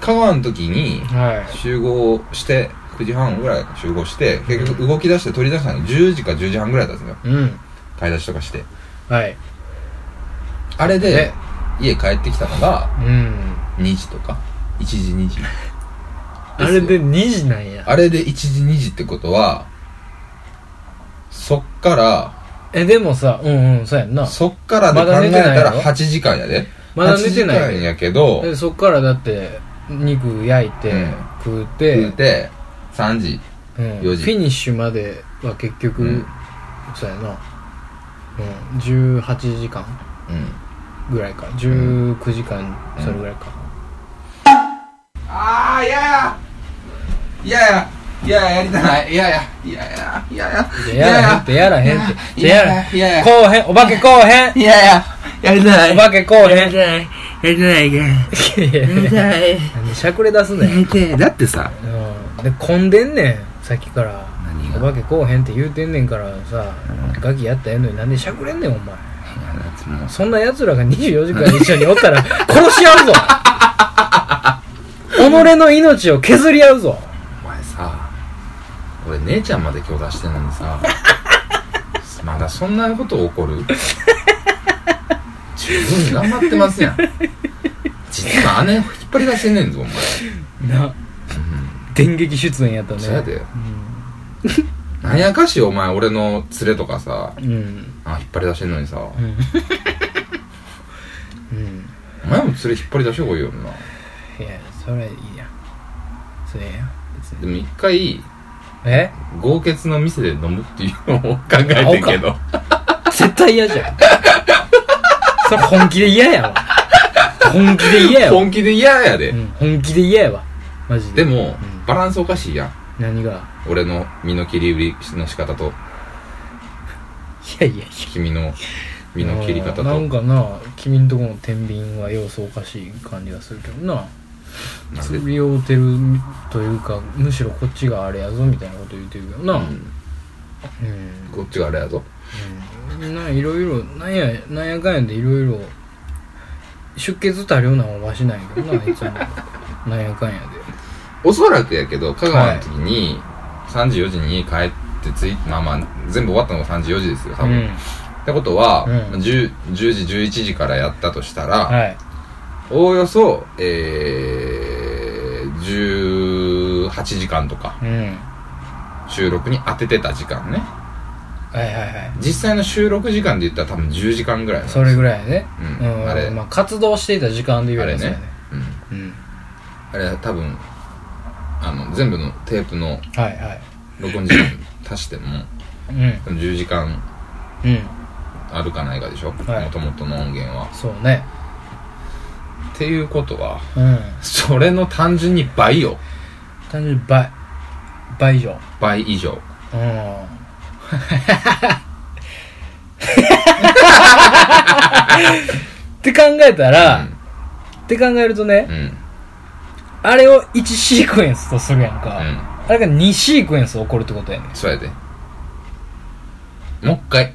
Speaker 1: 香川の時に、
Speaker 2: は
Speaker 1: 集合して9時半ぐらい集合して結局動き出して取り出したのが10時か10時半ぐらいだったんですよ
Speaker 2: いうん
Speaker 1: 買い出しとかして
Speaker 2: はい
Speaker 1: あれで家帰ってきたのが
Speaker 2: うん
Speaker 1: 2時とか1時2時
Speaker 2: あれで2時なんや
Speaker 1: あれで1時2時ってことはそっから
Speaker 2: えでもさうんうんそうやんな
Speaker 1: そっからで
Speaker 2: まだ
Speaker 1: 考
Speaker 2: 寝
Speaker 1: え
Speaker 2: てない
Speaker 1: たら
Speaker 2: の
Speaker 1: 8時間やで
Speaker 2: まだ寝てな
Speaker 1: 8時
Speaker 2: い
Speaker 1: 間やけど
Speaker 2: でそっからだって肉焼いて、
Speaker 1: うん
Speaker 2: 食う
Speaker 1: 言
Speaker 2: て
Speaker 1: うて3時
Speaker 2: うん、フ
Speaker 1: 4時
Speaker 2: ィニッシュまでは結局、
Speaker 1: うん
Speaker 2: そうやな、うん、18時間
Speaker 1: うん
Speaker 2: ぐらいか19時間
Speaker 1: うん
Speaker 2: それぐらいか、
Speaker 1: ああいややいややいやややりたないいややいややいやや
Speaker 2: じゃあやらへんってやらへんってじゃあやらへん
Speaker 1: いやいやいや
Speaker 2: こうへんお化けこうへん
Speaker 1: いやいや、やりたな
Speaker 2: お化けこうへんい
Speaker 1: やりたない、や
Speaker 2: やいやいや
Speaker 1: たい。
Speaker 2: なんでしゃくれ出すねん、うん、
Speaker 1: りた い。だってさ、
Speaker 2: で混んでんねんさっきから
Speaker 1: 何
Speaker 2: お
Speaker 1: が、
Speaker 2: 化けこうへんって言うてんねんからさガキやったらええのになんでしゃくれんねんお前
Speaker 1: もう
Speaker 2: そんな奴らが24時間一緒におったら 殺し合うぞ 己の命を削り合うぞ
Speaker 1: お前さ、俺姉ちゃんまで今日出してんのに さ、まだそんなこと起こる十分頑張ってますやん。実は姉を引っ張り出せねえんぞ、お前。
Speaker 2: な 電撃出演やったね
Speaker 1: そやでなんやかしお前、俺の連れとかさ、
Speaker 2: うんうん
Speaker 1: あ、引っ張り出してんのにさ、
Speaker 2: うん、うん、
Speaker 1: お前も連れ引っ張り出してこいよな。
Speaker 2: いやそれいいやんそれええやん別に
Speaker 1: でも一回、
Speaker 2: え
Speaker 1: 豪傑の店で飲むっていうのを考えてんけど
Speaker 2: 絶対嫌じ ゃんそれ本気で嫌やわ本気で嫌やわ、
Speaker 1: 本気で嫌やで、
Speaker 2: うん本気で嫌やわマジ
Speaker 1: で
Speaker 2: で
Speaker 1: も、
Speaker 2: ん
Speaker 1: バランスおかしいやん
Speaker 2: 何が
Speaker 1: 俺の身の切り売りの仕方と
Speaker 2: いやいやいや
Speaker 1: 君の身の切り方と
Speaker 2: なんかな君んとこの天秤は様子おかしい感じがするけどな
Speaker 1: なんで
Speaker 2: 釣り合うてるというかむしろこっちがあれやぞみたいなこと言ってるけどな
Speaker 1: う
Speaker 2: う
Speaker 1: んんこっちがあれやぞ
Speaker 2: うんないろいろなんやなんやかんやでいろいろ出血多量なのはわしないけど な、いつも。なんやかんやで。
Speaker 1: おそらくやけど香川の時に34時に帰ってついまあまあ全部終わったのが34時ですよ多
Speaker 2: う
Speaker 1: 分、
Speaker 2: ん。
Speaker 1: ってことは、
Speaker 2: うん
Speaker 1: 10, 10時11時からやったとしたら、
Speaker 2: はい。
Speaker 1: おおよそえー、18時間とか
Speaker 2: うん。
Speaker 1: 収録に当ててた時間ね
Speaker 2: はいはいはい。
Speaker 1: 実際の収録時間で言ったら多分10時間ぐらいなんです
Speaker 2: そ
Speaker 1: よ
Speaker 2: れぐらいやね。
Speaker 1: う
Speaker 2: うんん。
Speaker 1: あれ
Speaker 2: まあ、活動していた時間で
Speaker 1: あ
Speaker 2: 言え
Speaker 1: れ
Speaker 2: ばそうや
Speaker 1: ね
Speaker 2: ね。
Speaker 1: うん
Speaker 2: うん。
Speaker 1: あれは多分あの全部のテープの
Speaker 2: はいはい。
Speaker 1: 録音時間足しても
Speaker 2: うん。
Speaker 1: 多分10時間
Speaker 2: うん。
Speaker 1: あるかないかでしょも
Speaker 2: はい
Speaker 1: ともとの音源は
Speaker 2: そうね。
Speaker 1: っていうことは
Speaker 2: うん。
Speaker 1: それの単純に倍よ
Speaker 2: 単純に倍。倍以上。
Speaker 1: 倍以上
Speaker 2: うん。 って考えたら、って考えるとね
Speaker 1: う、んうん
Speaker 2: あれを1シークエンスとするやんか。
Speaker 1: うん
Speaker 2: あれが2シークエンス起こるってことやねん。
Speaker 1: そうやでもう一回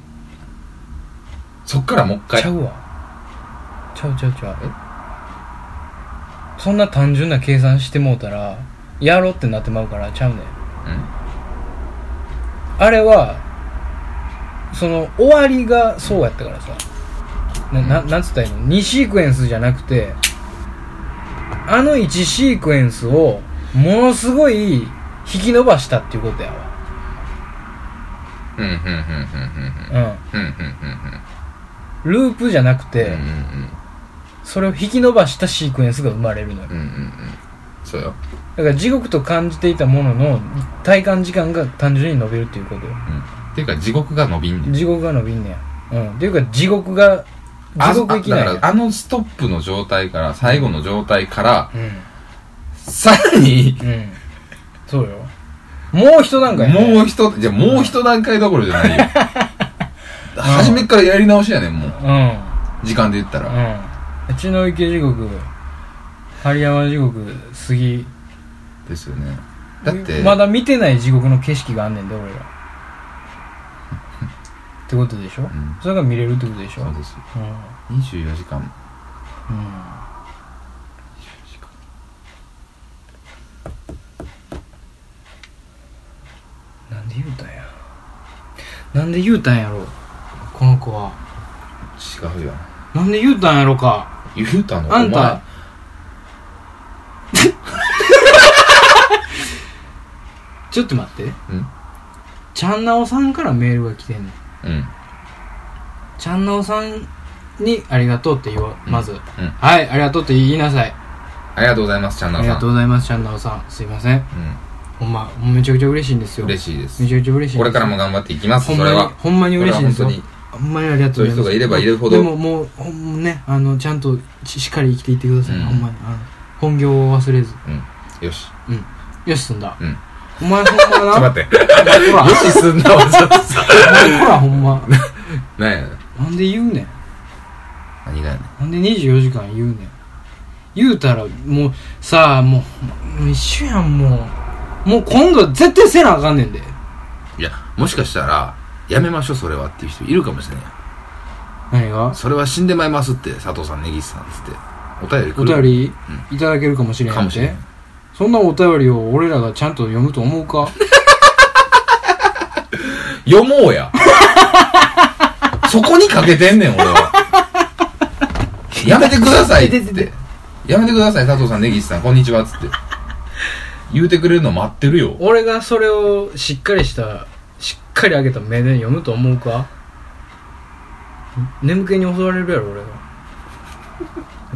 Speaker 1: そっからもう一回
Speaker 2: ちゃうわ。ちゃうちゃうちゃう。そんな単純な計算してもうたら、やろうってなってまうからちゃうねん。
Speaker 1: う
Speaker 2: あれは、その、終わりがそうやったからさ。な、ななんつったらいいの ?2 シークエンスじゃなくて、あの1シークエンスを、ものすごい引き伸ばしたっていうことやわ。
Speaker 1: んうんうんうんうん
Speaker 2: うん。
Speaker 1: うんうんうんう
Speaker 2: ループじゃなくて、
Speaker 1: んうんうん
Speaker 2: それを引き伸ばしたシークエンスが生まれるのよ
Speaker 1: うんうんうんそうよ
Speaker 2: だから地獄と感じていたものの体感時間が単純に伸びるっていうことよ
Speaker 1: っていうか地獄が伸びんねん
Speaker 2: 地獄が伸びんねやうんっていうか地獄が地獄行きな
Speaker 1: あ
Speaker 2: い
Speaker 1: だからあのストップの状態から最後の状態から
Speaker 2: うん
Speaker 1: さらに
Speaker 2: うんそうよもう一段階やね
Speaker 1: もう一じゃあもう一段階どころじゃないよ 初めっからやり直しやねんもう
Speaker 2: うんうん
Speaker 1: 時間で言ったら
Speaker 2: 血の池地獄針山地獄杉
Speaker 1: ですよねだって
Speaker 2: まだ見てない地獄の景色があんねんで俺らってことでしょ
Speaker 1: うん
Speaker 2: それが見れるってことでしょ
Speaker 1: そうですよ
Speaker 2: うん
Speaker 1: 24時間
Speaker 2: うんなんで言うたんやなんで言うたんやろこの子は
Speaker 1: 違うよ
Speaker 2: なんで言うたんやろか
Speaker 1: 言うたの
Speaker 2: あんた ちょっと待って
Speaker 1: お前
Speaker 2: ちゃんなおさんからメールが来てんの
Speaker 1: うんうん
Speaker 2: ちゃんなおさんにありがとうって言わまず、
Speaker 1: うん
Speaker 2: はいありがとうって言いなさい
Speaker 1: ありがとうございますチャンナ
Speaker 2: あ
Speaker 1: ー
Speaker 2: り
Speaker 1: さ
Speaker 2: がとうんございますちゃんなおさんすいませんほんまめちゃくちゃ嬉しいんです
Speaker 1: うん
Speaker 2: よ
Speaker 1: 嬉しいです
Speaker 2: めちゃくちゃ嬉しい
Speaker 1: こ
Speaker 2: んです
Speaker 1: れからも頑張っていきます
Speaker 2: ほん
Speaker 1: そ
Speaker 2: ま
Speaker 1: れ
Speaker 2: に
Speaker 1: は
Speaker 2: ほんまに
Speaker 1: それ
Speaker 2: 嬉
Speaker 1: は
Speaker 2: しいんで
Speaker 1: 本
Speaker 2: す
Speaker 1: 当
Speaker 2: よ
Speaker 1: に
Speaker 2: ほんまにありがとう
Speaker 1: そうい
Speaker 2: ございます
Speaker 1: う人がいればいるほど
Speaker 2: でももうほんまねあのちゃんとししっかり生きていってください、
Speaker 1: うん
Speaker 2: ほんまにあの本業を忘れず
Speaker 1: よしち
Speaker 2: よしすんだ、
Speaker 1: うん
Speaker 2: お前ほん
Speaker 1: ょ
Speaker 2: まな
Speaker 1: っと 待ってよ
Speaker 2: お前ほら
Speaker 1: しすんだわちょっとさ
Speaker 2: お前ほらほんま
Speaker 1: 何やねん
Speaker 2: なんで言うねん
Speaker 1: 何がやね
Speaker 2: なんで24時間言うねん言うたらもうさあもうもう一緒やんもうもう今度は絶対せなあかんねんで
Speaker 1: んいやもしかしたらやめましょうそれはっていう人いるかもしれない
Speaker 2: 何が
Speaker 1: それは死んでまいますって佐藤さん根岸さんっつってお便り来
Speaker 2: お
Speaker 1: る
Speaker 2: 便りいただけるかもしれん
Speaker 1: かも
Speaker 2: っ
Speaker 1: しれ
Speaker 2: て
Speaker 1: ん
Speaker 2: そんなお便りを俺らがちゃんと読むと思うか
Speaker 1: 読もうや そこにかけてんねん俺はやめてくださいっつ
Speaker 2: 出
Speaker 1: っててやめてください佐藤さん根岸さんこんにちはっつって言うてくれるの待ってるよ
Speaker 2: 俺がそれをしっかりしたしっかり上げた目で読むと思うかん眠気に襲われるやろ俺が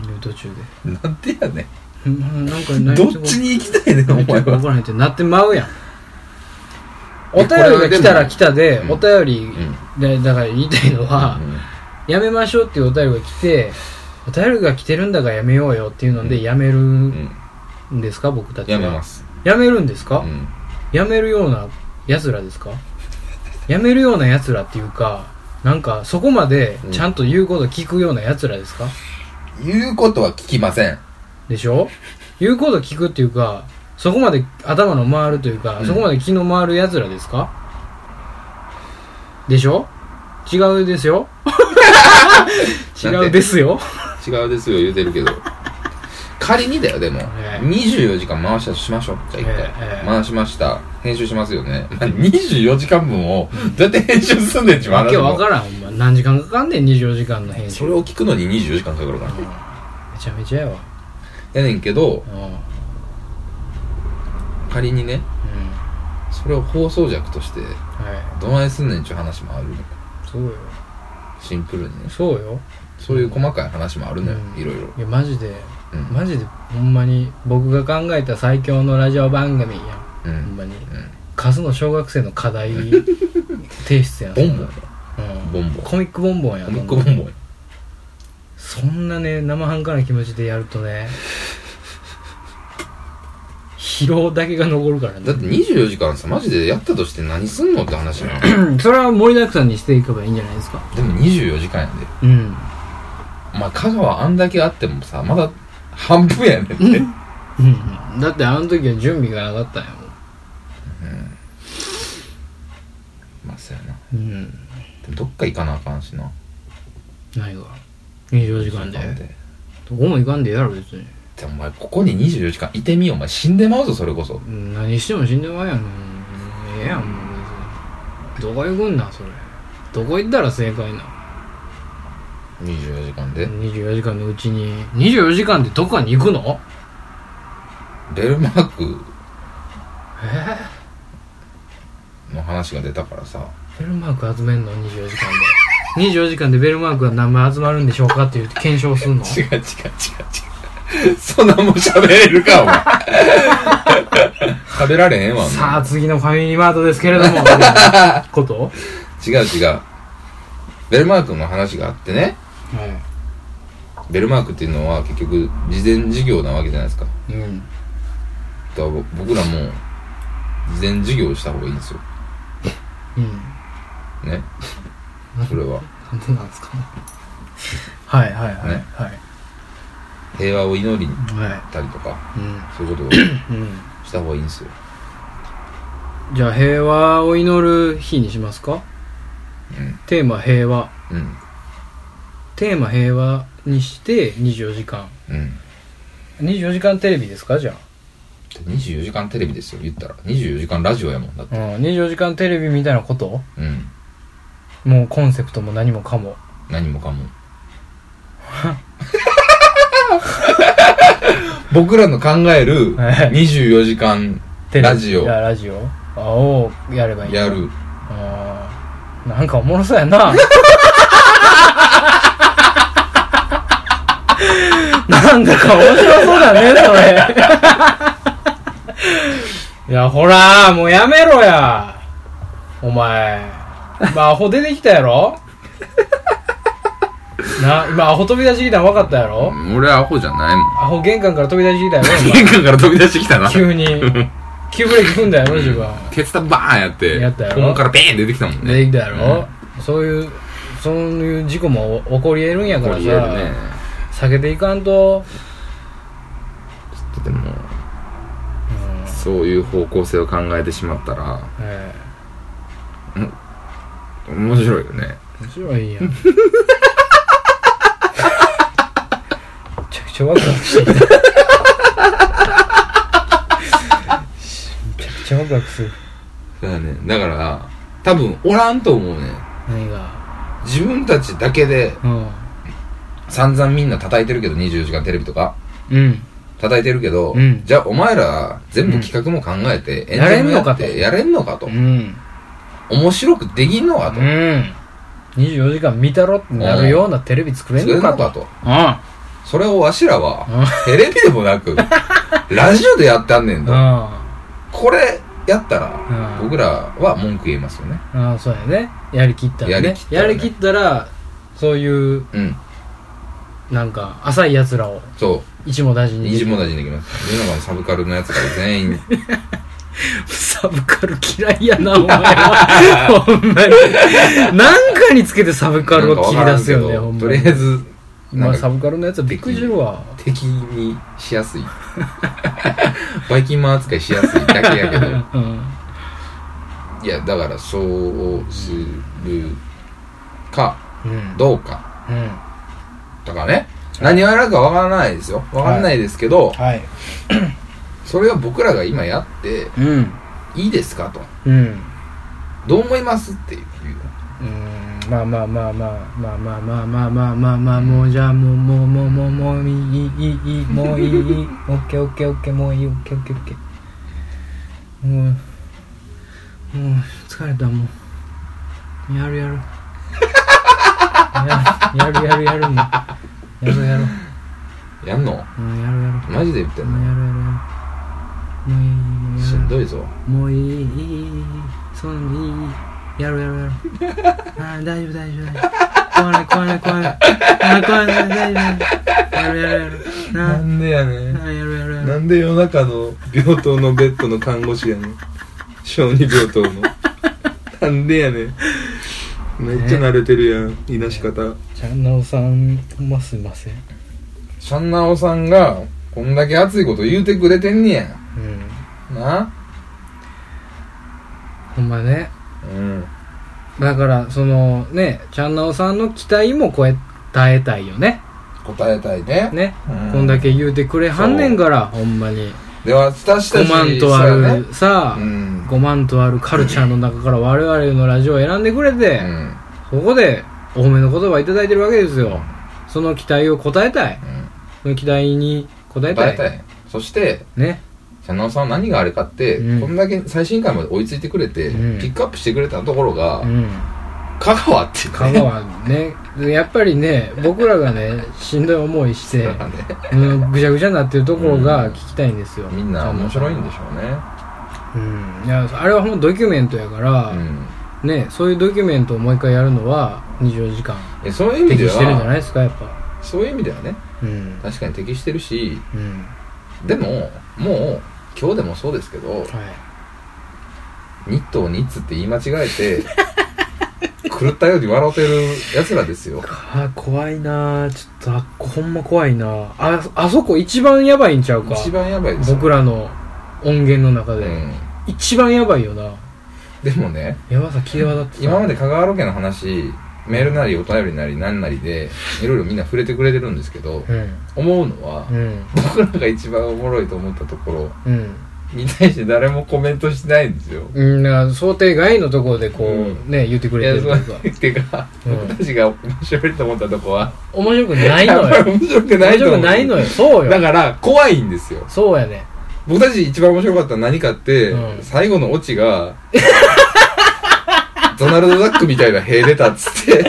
Speaker 2: 寝る途中で
Speaker 1: なんてやね
Speaker 2: うんなんか
Speaker 1: んどっちに行きたいねんお前
Speaker 2: 何言ってるか分
Speaker 1: は
Speaker 2: からへんってなってまうやんお便り
Speaker 1: これは
Speaker 2: が
Speaker 1: でも
Speaker 2: 来たら来たで、
Speaker 1: うん
Speaker 2: お便り
Speaker 1: うん
Speaker 2: でだから言いたいのは、やめましょうっていうお便りが来てお便りが来てるんだからやめようよっていうのでやめる
Speaker 1: うんん
Speaker 2: ですか、僕たちは
Speaker 1: やめます
Speaker 2: やめるんですか、
Speaker 1: うん
Speaker 2: やめるような奴らですかやめるような奴らっていうかなんかそこまでちゃんと言うこと聞くような奴らですか、
Speaker 1: 言うことは聞きません
Speaker 2: でしょ言うこと聞くっていうかそこまで頭の回るというか、
Speaker 1: うん
Speaker 2: そこまで気の回る奴らですか でしょ違うですよ違うですよ
Speaker 1: 違うですよ言うてるけど仮にだよでも、
Speaker 2: ええ
Speaker 1: 24時間回したとしましょうじゃあ一回、
Speaker 2: ええええ
Speaker 1: 回しました編集しますよね、まあ、24時間分をどうやって編集すんねんちゅう
Speaker 2: わ
Speaker 1: 話
Speaker 2: けわ
Speaker 1: も
Speaker 2: からんほんま何時間かかんねん24時間の編集
Speaker 1: それを聞くのに24時間かかるから
Speaker 2: うんめちゃめちゃやわ
Speaker 1: やねんけど
Speaker 2: うんうん
Speaker 1: 仮にねそれを放送弱として
Speaker 2: は
Speaker 1: どないすんねんちゅう話もあるの
Speaker 2: いそうよ
Speaker 1: シンプルにね
Speaker 2: そうよ
Speaker 1: そういう細かい話もあるのよ、
Speaker 2: うん
Speaker 1: いろいろ、
Speaker 2: いやマジで
Speaker 1: うん
Speaker 2: マジでほんまに僕が考えた最強のラジオ番組やん
Speaker 1: う
Speaker 2: ほん
Speaker 1: ん
Speaker 2: まに
Speaker 1: うん
Speaker 2: カスの小学生の課題提出やん
Speaker 1: ボンボン
Speaker 2: うん
Speaker 1: ボンボン
Speaker 2: コミックボンボンやん
Speaker 1: コミックボンボン
Speaker 2: そんなね生半可な気持ちでやるとね疲労だけが残るからね
Speaker 1: だって24時間さマジでやったとして何すんのって話 なので
Speaker 2: うんそれは盛りだくさんにしていけばいいんじゃないですか
Speaker 1: も24時間やで
Speaker 2: うん
Speaker 1: まあ香川あんだけあってもさまだ半分やねんって、
Speaker 2: うんだってあの時は準備がなかったんやもん
Speaker 1: まあそうやな
Speaker 2: うん
Speaker 1: でもどっか行かなあかんしな
Speaker 2: 何が24時間で
Speaker 1: なんで
Speaker 2: どこも行かんでええやろ別に
Speaker 1: でお前ここに24時間いてみよお前死んでまうぞそれこそ
Speaker 2: うん何しても死んでまうやんもうええやんもう別にどこ行くんなそれどこ行ったら正解な
Speaker 1: 24時間で、
Speaker 2: 24時間のうちに24時間でどっかに行くの
Speaker 1: ベルマーク
Speaker 2: え
Speaker 1: の話が出たからさ
Speaker 2: ベルマーク集めんの24時間で24時間でベルマークが何枚集まるんでしょうかっていう検証すんの
Speaker 1: 違う違う違う違うそんなんもん喋れるかお前喋られへんわお前
Speaker 2: さあ次のファミリーマートですけれど もことは
Speaker 1: 違う違うベルマークの話があってねベルマークっていうのは結局事前事業なわけじゃないですか
Speaker 2: いうん
Speaker 1: だから僕らも事前事業をした方がいいんですよ
Speaker 2: うん
Speaker 1: ねそれは
Speaker 2: なんでなんですかねはいはいはい
Speaker 1: ね
Speaker 2: はい
Speaker 1: 平和を祈りに行
Speaker 2: は
Speaker 1: ったりとか
Speaker 2: いうん
Speaker 1: そういうことを
Speaker 2: うん
Speaker 1: した方がいいんですよ
Speaker 2: じゃあ平和を祈る日にしますか
Speaker 1: う
Speaker 2: テーマ平和
Speaker 1: んうん
Speaker 2: テーマ平和にして24時間
Speaker 1: うん
Speaker 2: 24時間テレビですかじゃ
Speaker 1: で24時間テレビですよ言ったら24時間ラジオやもんだって
Speaker 2: あ、うん、24時間テレビみたいなこと
Speaker 1: うん
Speaker 2: もうコンセプトも何もかも
Speaker 1: 何もかも僕らの考える24時間
Speaker 2: テレビ
Speaker 1: ラジオ
Speaker 2: いやラジオあをやればいい
Speaker 1: やる
Speaker 2: あーなんかおもろそうやな なんだか面白そうだねそれいやほらもうやめろやお前今アホ出てきたやろな今アホ飛び出してきたの分かったやろ
Speaker 1: 俺アホじゃないもん
Speaker 2: アホ玄関から飛び出してきたやろお前
Speaker 1: 玄関から飛び出してきたな
Speaker 2: 急に急ブレーキ踏んだやろ自分
Speaker 1: ケツタバーンやって
Speaker 2: やったや
Speaker 1: 肛
Speaker 2: ろ
Speaker 1: 門からペーン出てきたもんね
Speaker 2: できたやろ、そういうそういう事故も起こり得るんや
Speaker 1: こ
Speaker 2: から
Speaker 1: れ
Speaker 2: さ、
Speaker 1: 言えるね
Speaker 2: 避けていかんと、
Speaker 1: ちょっとでも
Speaker 2: うん
Speaker 1: そういう方向性を考えてしまったら
Speaker 2: え
Speaker 1: 面白いよね
Speaker 2: え面白いやんめちゃくちゃワクワクしてきためちゃくちゃワクワクする
Speaker 1: そうだねだから多分おらんと思うね
Speaker 2: 何が
Speaker 1: 自分たちだけで
Speaker 2: うん
Speaker 1: 散々みんな叩いてるけど24時間テレビとか
Speaker 2: うん
Speaker 1: 叩いてるけど、
Speaker 2: うん
Speaker 1: じゃあお前ら全部企画も考えて、
Speaker 2: んやれんのかと
Speaker 1: エンジンもやってやれんのかと、
Speaker 2: うん
Speaker 1: 面白くできんのかと、
Speaker 2: うん24時間見たろってなるようなテレビ作れん
Speaker 1: 作れ
Speaker 2: の
Speaker 1: んの
Speaker 2: か
Speaker 1: か
Speaker 2: と
Speaker 1: と
Speaker 2: うん
Speaker 1: それをわしらは
Speaker 2: うん
Speaker 1: テレビでもな くラジオでやってあんねんと、
Speaker 2: あ
Speaker 1: これやったら
Speaker 2: うん
Speaker 1: 僕らは文句言えますよね
Speaker 2: あそうやねやりきった
Speaker 1: や
Speaker 2: らね
Speaker 1: りきったらね
Speaker 2: やりきったらそういう
Speaker 1: うん
Speaker 2: なんか浅いやつらを
Speaker 1: そ
Speaker 2: 一網打尽
Speaker 1: う
Speaker 2: に
Speaker 1: 二次問題にできます世の中のサブカルのやつから全員
Speaker 2: サブカル嫌いやなお前はほんまに何かにつけてサブカルを切り出すよね
Speaker 1: な
Speaker 2: ほ
Speaker 1: ん
Speaker 2: ん
Speaker 1: か
Speaker 2: ま
Speaker 1: わからんけどとり
Speaker 2: に
Speaker 1: あえず
Speaker 2: ま
Speaker 1: なん
Speaker 2: あ
Speaker 1: か
Speaker 2: サブカルのやつはびっくりするわ
Speaker 1: 敵にしやすいバイキンマン扱いしやすいだけやけど
Speaker 2: うん
Speaker 1: いやだからそうするか
Speaker 2: うん
Speaker 1: どうか
Speaker 2: うん
Speaker 1: とかね何をやるかわからないですよわかんないですけど、
Speaker 2: はい
Speaker 1: それを僕らが今やって
Speaker 2: うん
Speaker 1: いいですかと
Speaker 2: うん
Speaker 1: どう思いますっていう
Speaker 2: うんまあまあまあまあまあまあまあまあまあまあまあもうじゃあもうもうもうもうもういいいいいいもういいいいオッケーオッケーオッケーもういいオッケーオッケーオッケーもうもう疲れたもうやるやるやるやるやるやるもうやるやる
Speaker 1: やんの
Speaker 2: もうやるやる
Speaker 1: マジで言ってん
Speaker 2: もう
Speaker 1: の
Speaker 2: やるやるやるもういいいいいいや
Speaker 1: し
Speaker 2: る
Speaker 1: んどいぞ
Speaker 2: もういいいいいいいいそのいいいいやろうやろうやろうあー大丈夫大丈夫大丈夫怖いない怖いないあー怖いない大丈夫やろうやろうやろうなあ
Speaker 1: んでやね
Speaker 2: ーやろうやろうやろ
Speaker 1: な
Speaker 2: うん
Speaker 1: で夜中の病棟のベッドの看護師やねん小児病棟のなんでやねんめっちゃ慣れてるやん、いなし方
Speaker 2: ちゃんなおさんほんますいません
Speaker 1: シャンナオさんがこんだけ熱いこと言うてくれてんねや
Speaker 2: うん
Speaker 1: な
Speaker 2: ほんまね
Speaker 1: うん
Speaker 2: だからそのねちゃんなおさんの期待も超え耐えたいよね
Speaker 1: 答えたいね
Speaker 2: ね、
Speaker 1: うん
Speaker 2: こんだけ言うてくれはんねんからほんまに
Speaker 1: ではスタし
Speaker 2: 5
Speaker 1: たし
Speaker 2: 万とあ
Speaker 1: そうやね
Speaker 2: るさあ、
Speaker 1: うん
Speaker 2: 5万とあるカルチャーの中から我々のラジオを選んでくれて、
Speaker 1: うん
Speaker 2: そこでお褒めの言葉いただいてるわけですよその期待を応えたい
Speaker 1: うん
Speaker 2: その期待に応えた
Speaker 1: 答
Speaker 2: い
Speaker 1: えたいそして
Speaker 2: ね
Speaker 1: シャンナオさんは何があれかって、
Speaker 2: うん
Speaker 1: こんだけ最新回まで追いついてくれて、
Speaker 2: うん
Speaker 1: ピックアップしてくれたところが、
Speaker 2: うん
Speaker 1: 香川っていう
Speaker 2: 香川ねやっぱりね僕らがねしんどい思 いして、
Speaker 1: ね
Speaker 2: うん、ぐちゃぐちゃになってるところが聞きたいんですよ、
Speaker 1: みんな面白いんでしょうね
Speaker 2: うんいやあれはほんとドキュメントやか
Speaker 1: う
Speaker 2: ら、
Speaker 1: ん
Speaker 2: ねそういうドキュメントをもう一回やるのは24時間
Speaker 1: えそういう意味
Speaker 2: 適
Speaker 1: で
Speaker 2: してるんじゃな
Speaker 1: はい
Speaker 2: ですかやっぱ
Speaker 1: そういう意味ではね
Speaker 2: うん
Speaker 1: 確かに適してるし
Speaker 2: うん
Speaker 1: でももう今日でもそうですけど
Speaker 2: はい
Speaker 1: ニットをニッツって言い間違え て狂ったように笑うてるやつらですよ
Speaker 2: あ怖いなあちょっとあほんま怖いなあああそこ一番やばいんちゃうか
Speaker 1: 一番やばいですよ
Speaker 2: 僕らの音源の中で、
Speaker 1: うん
Speaker 2: 一番やばいよな
Speaker 1: でもね
Speaker 2: 山さ際立ってた
Speaker 1: 今まで香川ロケの話メールなりお便りなり何なりでいろいろみんな触れてくれてるんですけど
Speaker 2: うん
Speaker 1: 思うのは
Speaker 2: うん
Speaker 1: 僕らが一番おもろいと思ったところ
Speaker 2: うん
Speaker 1: に対して誰もコメントしないんですよ
Speaker 2: うん、だから想定外のところでこ
Speaker 1: う
Speaker 2: う、
Speaker 1: ん
Speaker 2: ね言ってく
Speaker 1: い
Speaker 2: れ
Speaker 1: や
Speaker 2: てるという
Speaker 1: そう
Speaker 2: か
Speaker 1: てか、
Speaker 2: うん
Speaker 1: 僕たちが面白いと思ったとこは
Speaker 2: 面白くない
Speaker 1: や
Speaker 2: の
Speaker 1: っぱ
Speaker 2: よ
Speaker 1: り 面白くな
Speaker 2: 面
Speaker 1: いと
Speaker 2: 白
Speaker 1: 思
Speaker 2: く
Speaker 1: う
Speaker 2: ないのよそう
Speaker 1: だ
Speaker 2: よ
Speaker 1: から怖いんですよ
Speaker 2: そうやね
Speaker 1: 僕たち一番面白かったのは何かって、
Speaker 2: うん
Speaker 1: 最後のオチがドナルド・ダックみたいな塀出たっつって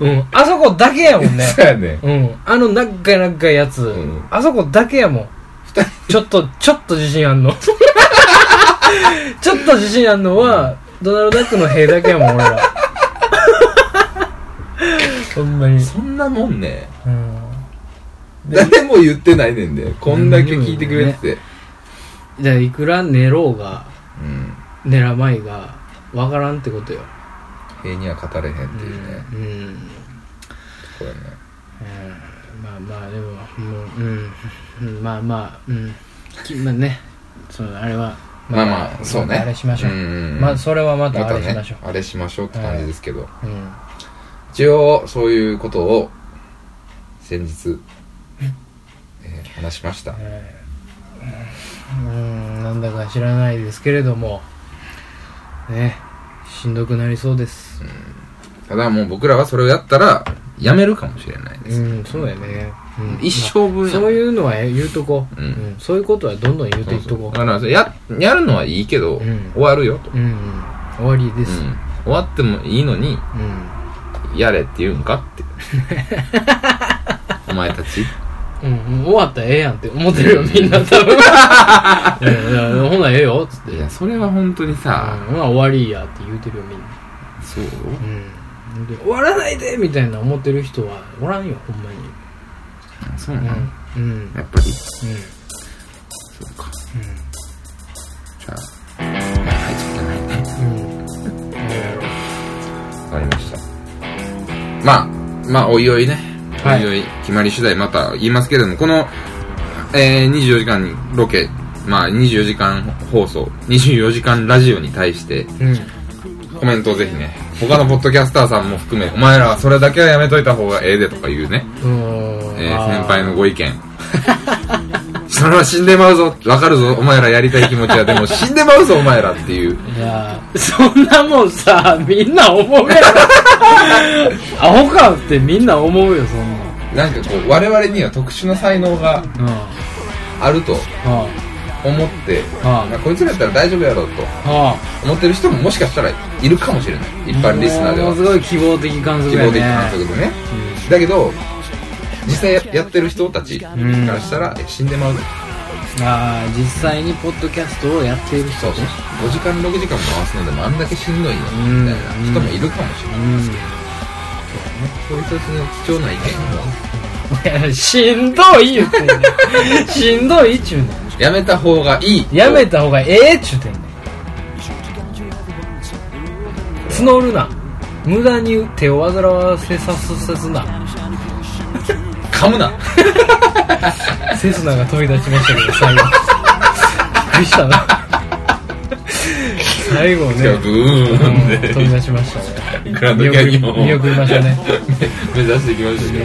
Speaker 2: うんあそこだけやもんね
Speaker 1: そうやね
Speaker 2: うんあの長い長いやつ、
Speaker 1: うん
Speaker 2: あそこだけやもんちょっとちょっと自信あんの ちょっと自信あんのはドナルド・ダックの兵だけやもん 俺らほんまに
Speaker 1: そんなもんね
Speaker 2: うん
Speaker 1: 誰も言ってないねんでこんだけ聞いてくれてて、
Speaker 2: じゃあいくら寝ろうが
Speaker 1: うん、
Speaker 2: 寝らまいがわからんってことよ
Speaker 1: 塀には語れへんって
Speaker 2: う
Speaker 1: いうね、
Speaker 2: ん、うん
Speaker 1: これね
Speaker 2: うんまあまあでももううんうんまあまあうんきまあねそのあれは
Speaker 1: まあまあそうね
Speaker 2: あれしましょう、
Speaker 1: ん
Speaker 2: まあそれはまた
Speaker 1: ま
Speaker 2: あ
Speaker 1: た
Speaker 2: れし
Speaker 1: ね
Speaker 2: ましょう、
Speaker 1: あれしましょうって感じですけど、
Speaker 2: うん
Speaker 1: 一応そういうことを先日、えー話しました
Speaker 2: えーうんうんなんだか知らないですけれどもねしんどくなりそうです
Speaker 1: ただもう僕らはそれをやったらやめるかもしれないで
Speaker 2: う
Speaker 1: す、
Speaker 2: んそうやね、うん、
Speaker 1: 一生分
Speaker 2: まあ
Speaker 1: やもん
Speaker 2: そういうのは言うとこ、
Speaker 1: うん
Speaker 2: そういうことはどんどん言うていっとこ
Speaker 1: だからそれややるのはいいけど、
Speaker 2: うん
Speaker 1: 終わるよと、
Speaker 2: う、うんうん、終わりで
Speaker 1: う
Speaker 2: す
Speaker 1: ん終わってもいいのに
Speaker 2: うん、
Speaker 1: やれって言うんか ってお前たち
Speaker 2: うんうん終わったらええやんって思ってるよみんな多分うんうんほなええよっつって、
Speaker 1: いやそれは本当に
Speaker 2: うん
Speaker 1: さ、、
Speaker 2: ほな終わりやって言うてるよみんな
Speaker 1: そう
Speaker 2: うんで終わらないでみたいな思ってる人はおらんよほんまに
Speaker 1: そうなの、
Speaker 2: うんうん
Speaker 1: やっぱり
Speaker 2: うん
Speaker 1: そうか
Speaker 2: う
Speaker 1: じゃあはいちょっとね
Speaker 2: んうん
Speaker 1: わかりました。まあ、まあ、おいおいね。
Speaker 2: はい
Speaker 1: おいおい、決まり次第また言いますけれども、この、えー、24時間ロケ、まあ、24時間放送、24時間ラジオに対して、
Speaker 2: うん
Speaker 1: コメントをぜひね、他のポッドキャスターさんも含め、お前らはそれだけはやめといた方がええでとか言うね、
Speaker 2: うん
Speaker 1: えー先輩のご意見。 それは死んでまうぞ、わかるぞ、お前らやりたい気持ちは、 でも死んでまうぞ、お前らっていう。
Speaker 2: いやそんなもんさみんな思うやろアホかってみんな思うよそん
Speaker 1: なんかこう、我々には特殊な才能が
Speaker 2: なんうん
Speaker 1: あると
Speaker 2: は
Speaker 1: 思って、
Speaker 2: あ
Speaker 1: まあこいつらやったら大丈夫やろうと
Speaker 2: あは
Speaker 1: 思ってる人ももしかしたらいるかもしれない。一
Speaker 2: あ
Speaker 1: 般リスナーで
Speaker 2: も
Speaker 1: は
Speaker 2: の。すごい希望的観測
Speaker 1: 希
Speaker 2: やね
Speaker 1: 望的観測でね。だけど、実際やってる人たちからしたら、え死んでまうぞ。
Speaker 2: うんああ実際にポッドキャストをやっている人
Speaker 1: そうそう5時間6時間回すのでもあんだけしんどいの
Speaker 2: うん
Speaker 1: みたいな人もいるかもしれない、
Speaker 2: うん
Speaker 1: そういう人たちの貴重な意見
Speaker 2: いやしんどい言うてんねんしんどいっちゅうねん
Speaker 1: をやめた方がいい
Speaker 2: やめた方がええっちゅうてんねん募るな無駄に手を煩わせさせすな
Speaker 1: 噛むな
Speaker 2: セスナが飛び出しましたけど最後びっくりしたな最後
Speaker 1: じ
Speaker 2: ね
Speaker 1: ゃあブーンで
Speaker 2: うん飛び出しました ね
Speaker 1: グランドキャニオンを
Speaker 2: 見送り見送りました ね
Speaker 1: 目指していきましたけど、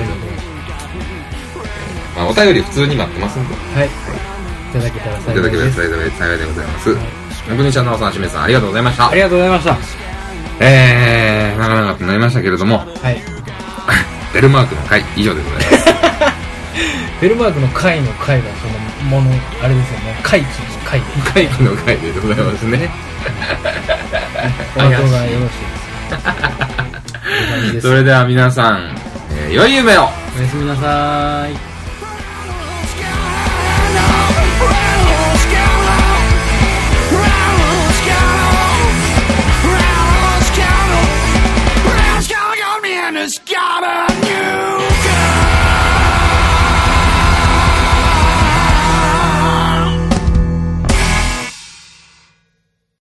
Speaker 1: まあ、お便り普通に待ってますんでい
Speaker 2: はいいただけたら
Speaker 1: た
Speaker 2: 幸
Speaker 1: だけ
Speaker 2: いで
Speaker 1: れば
Speaker 2: す
Speaker 1: 幸いで幸いでございます僕にちゃんのおさんしめさんありがとうございました
Speaker 2: ありがとうございました
Speaker 1: えー、長々となりましたけれども
Speaker 2: はい
Speaker 1: デルマークの回以上でございます
Speaker 2: ベルマークの貝の貝がそのものあれですよね怪奇の貝
Speaker 1: 回の回でございますね
Speaker 2: お後がよろしいですいい感じです
Speaker 1: それでは皆さん、えー良い夢を
Speaker 2: おやすみなさーい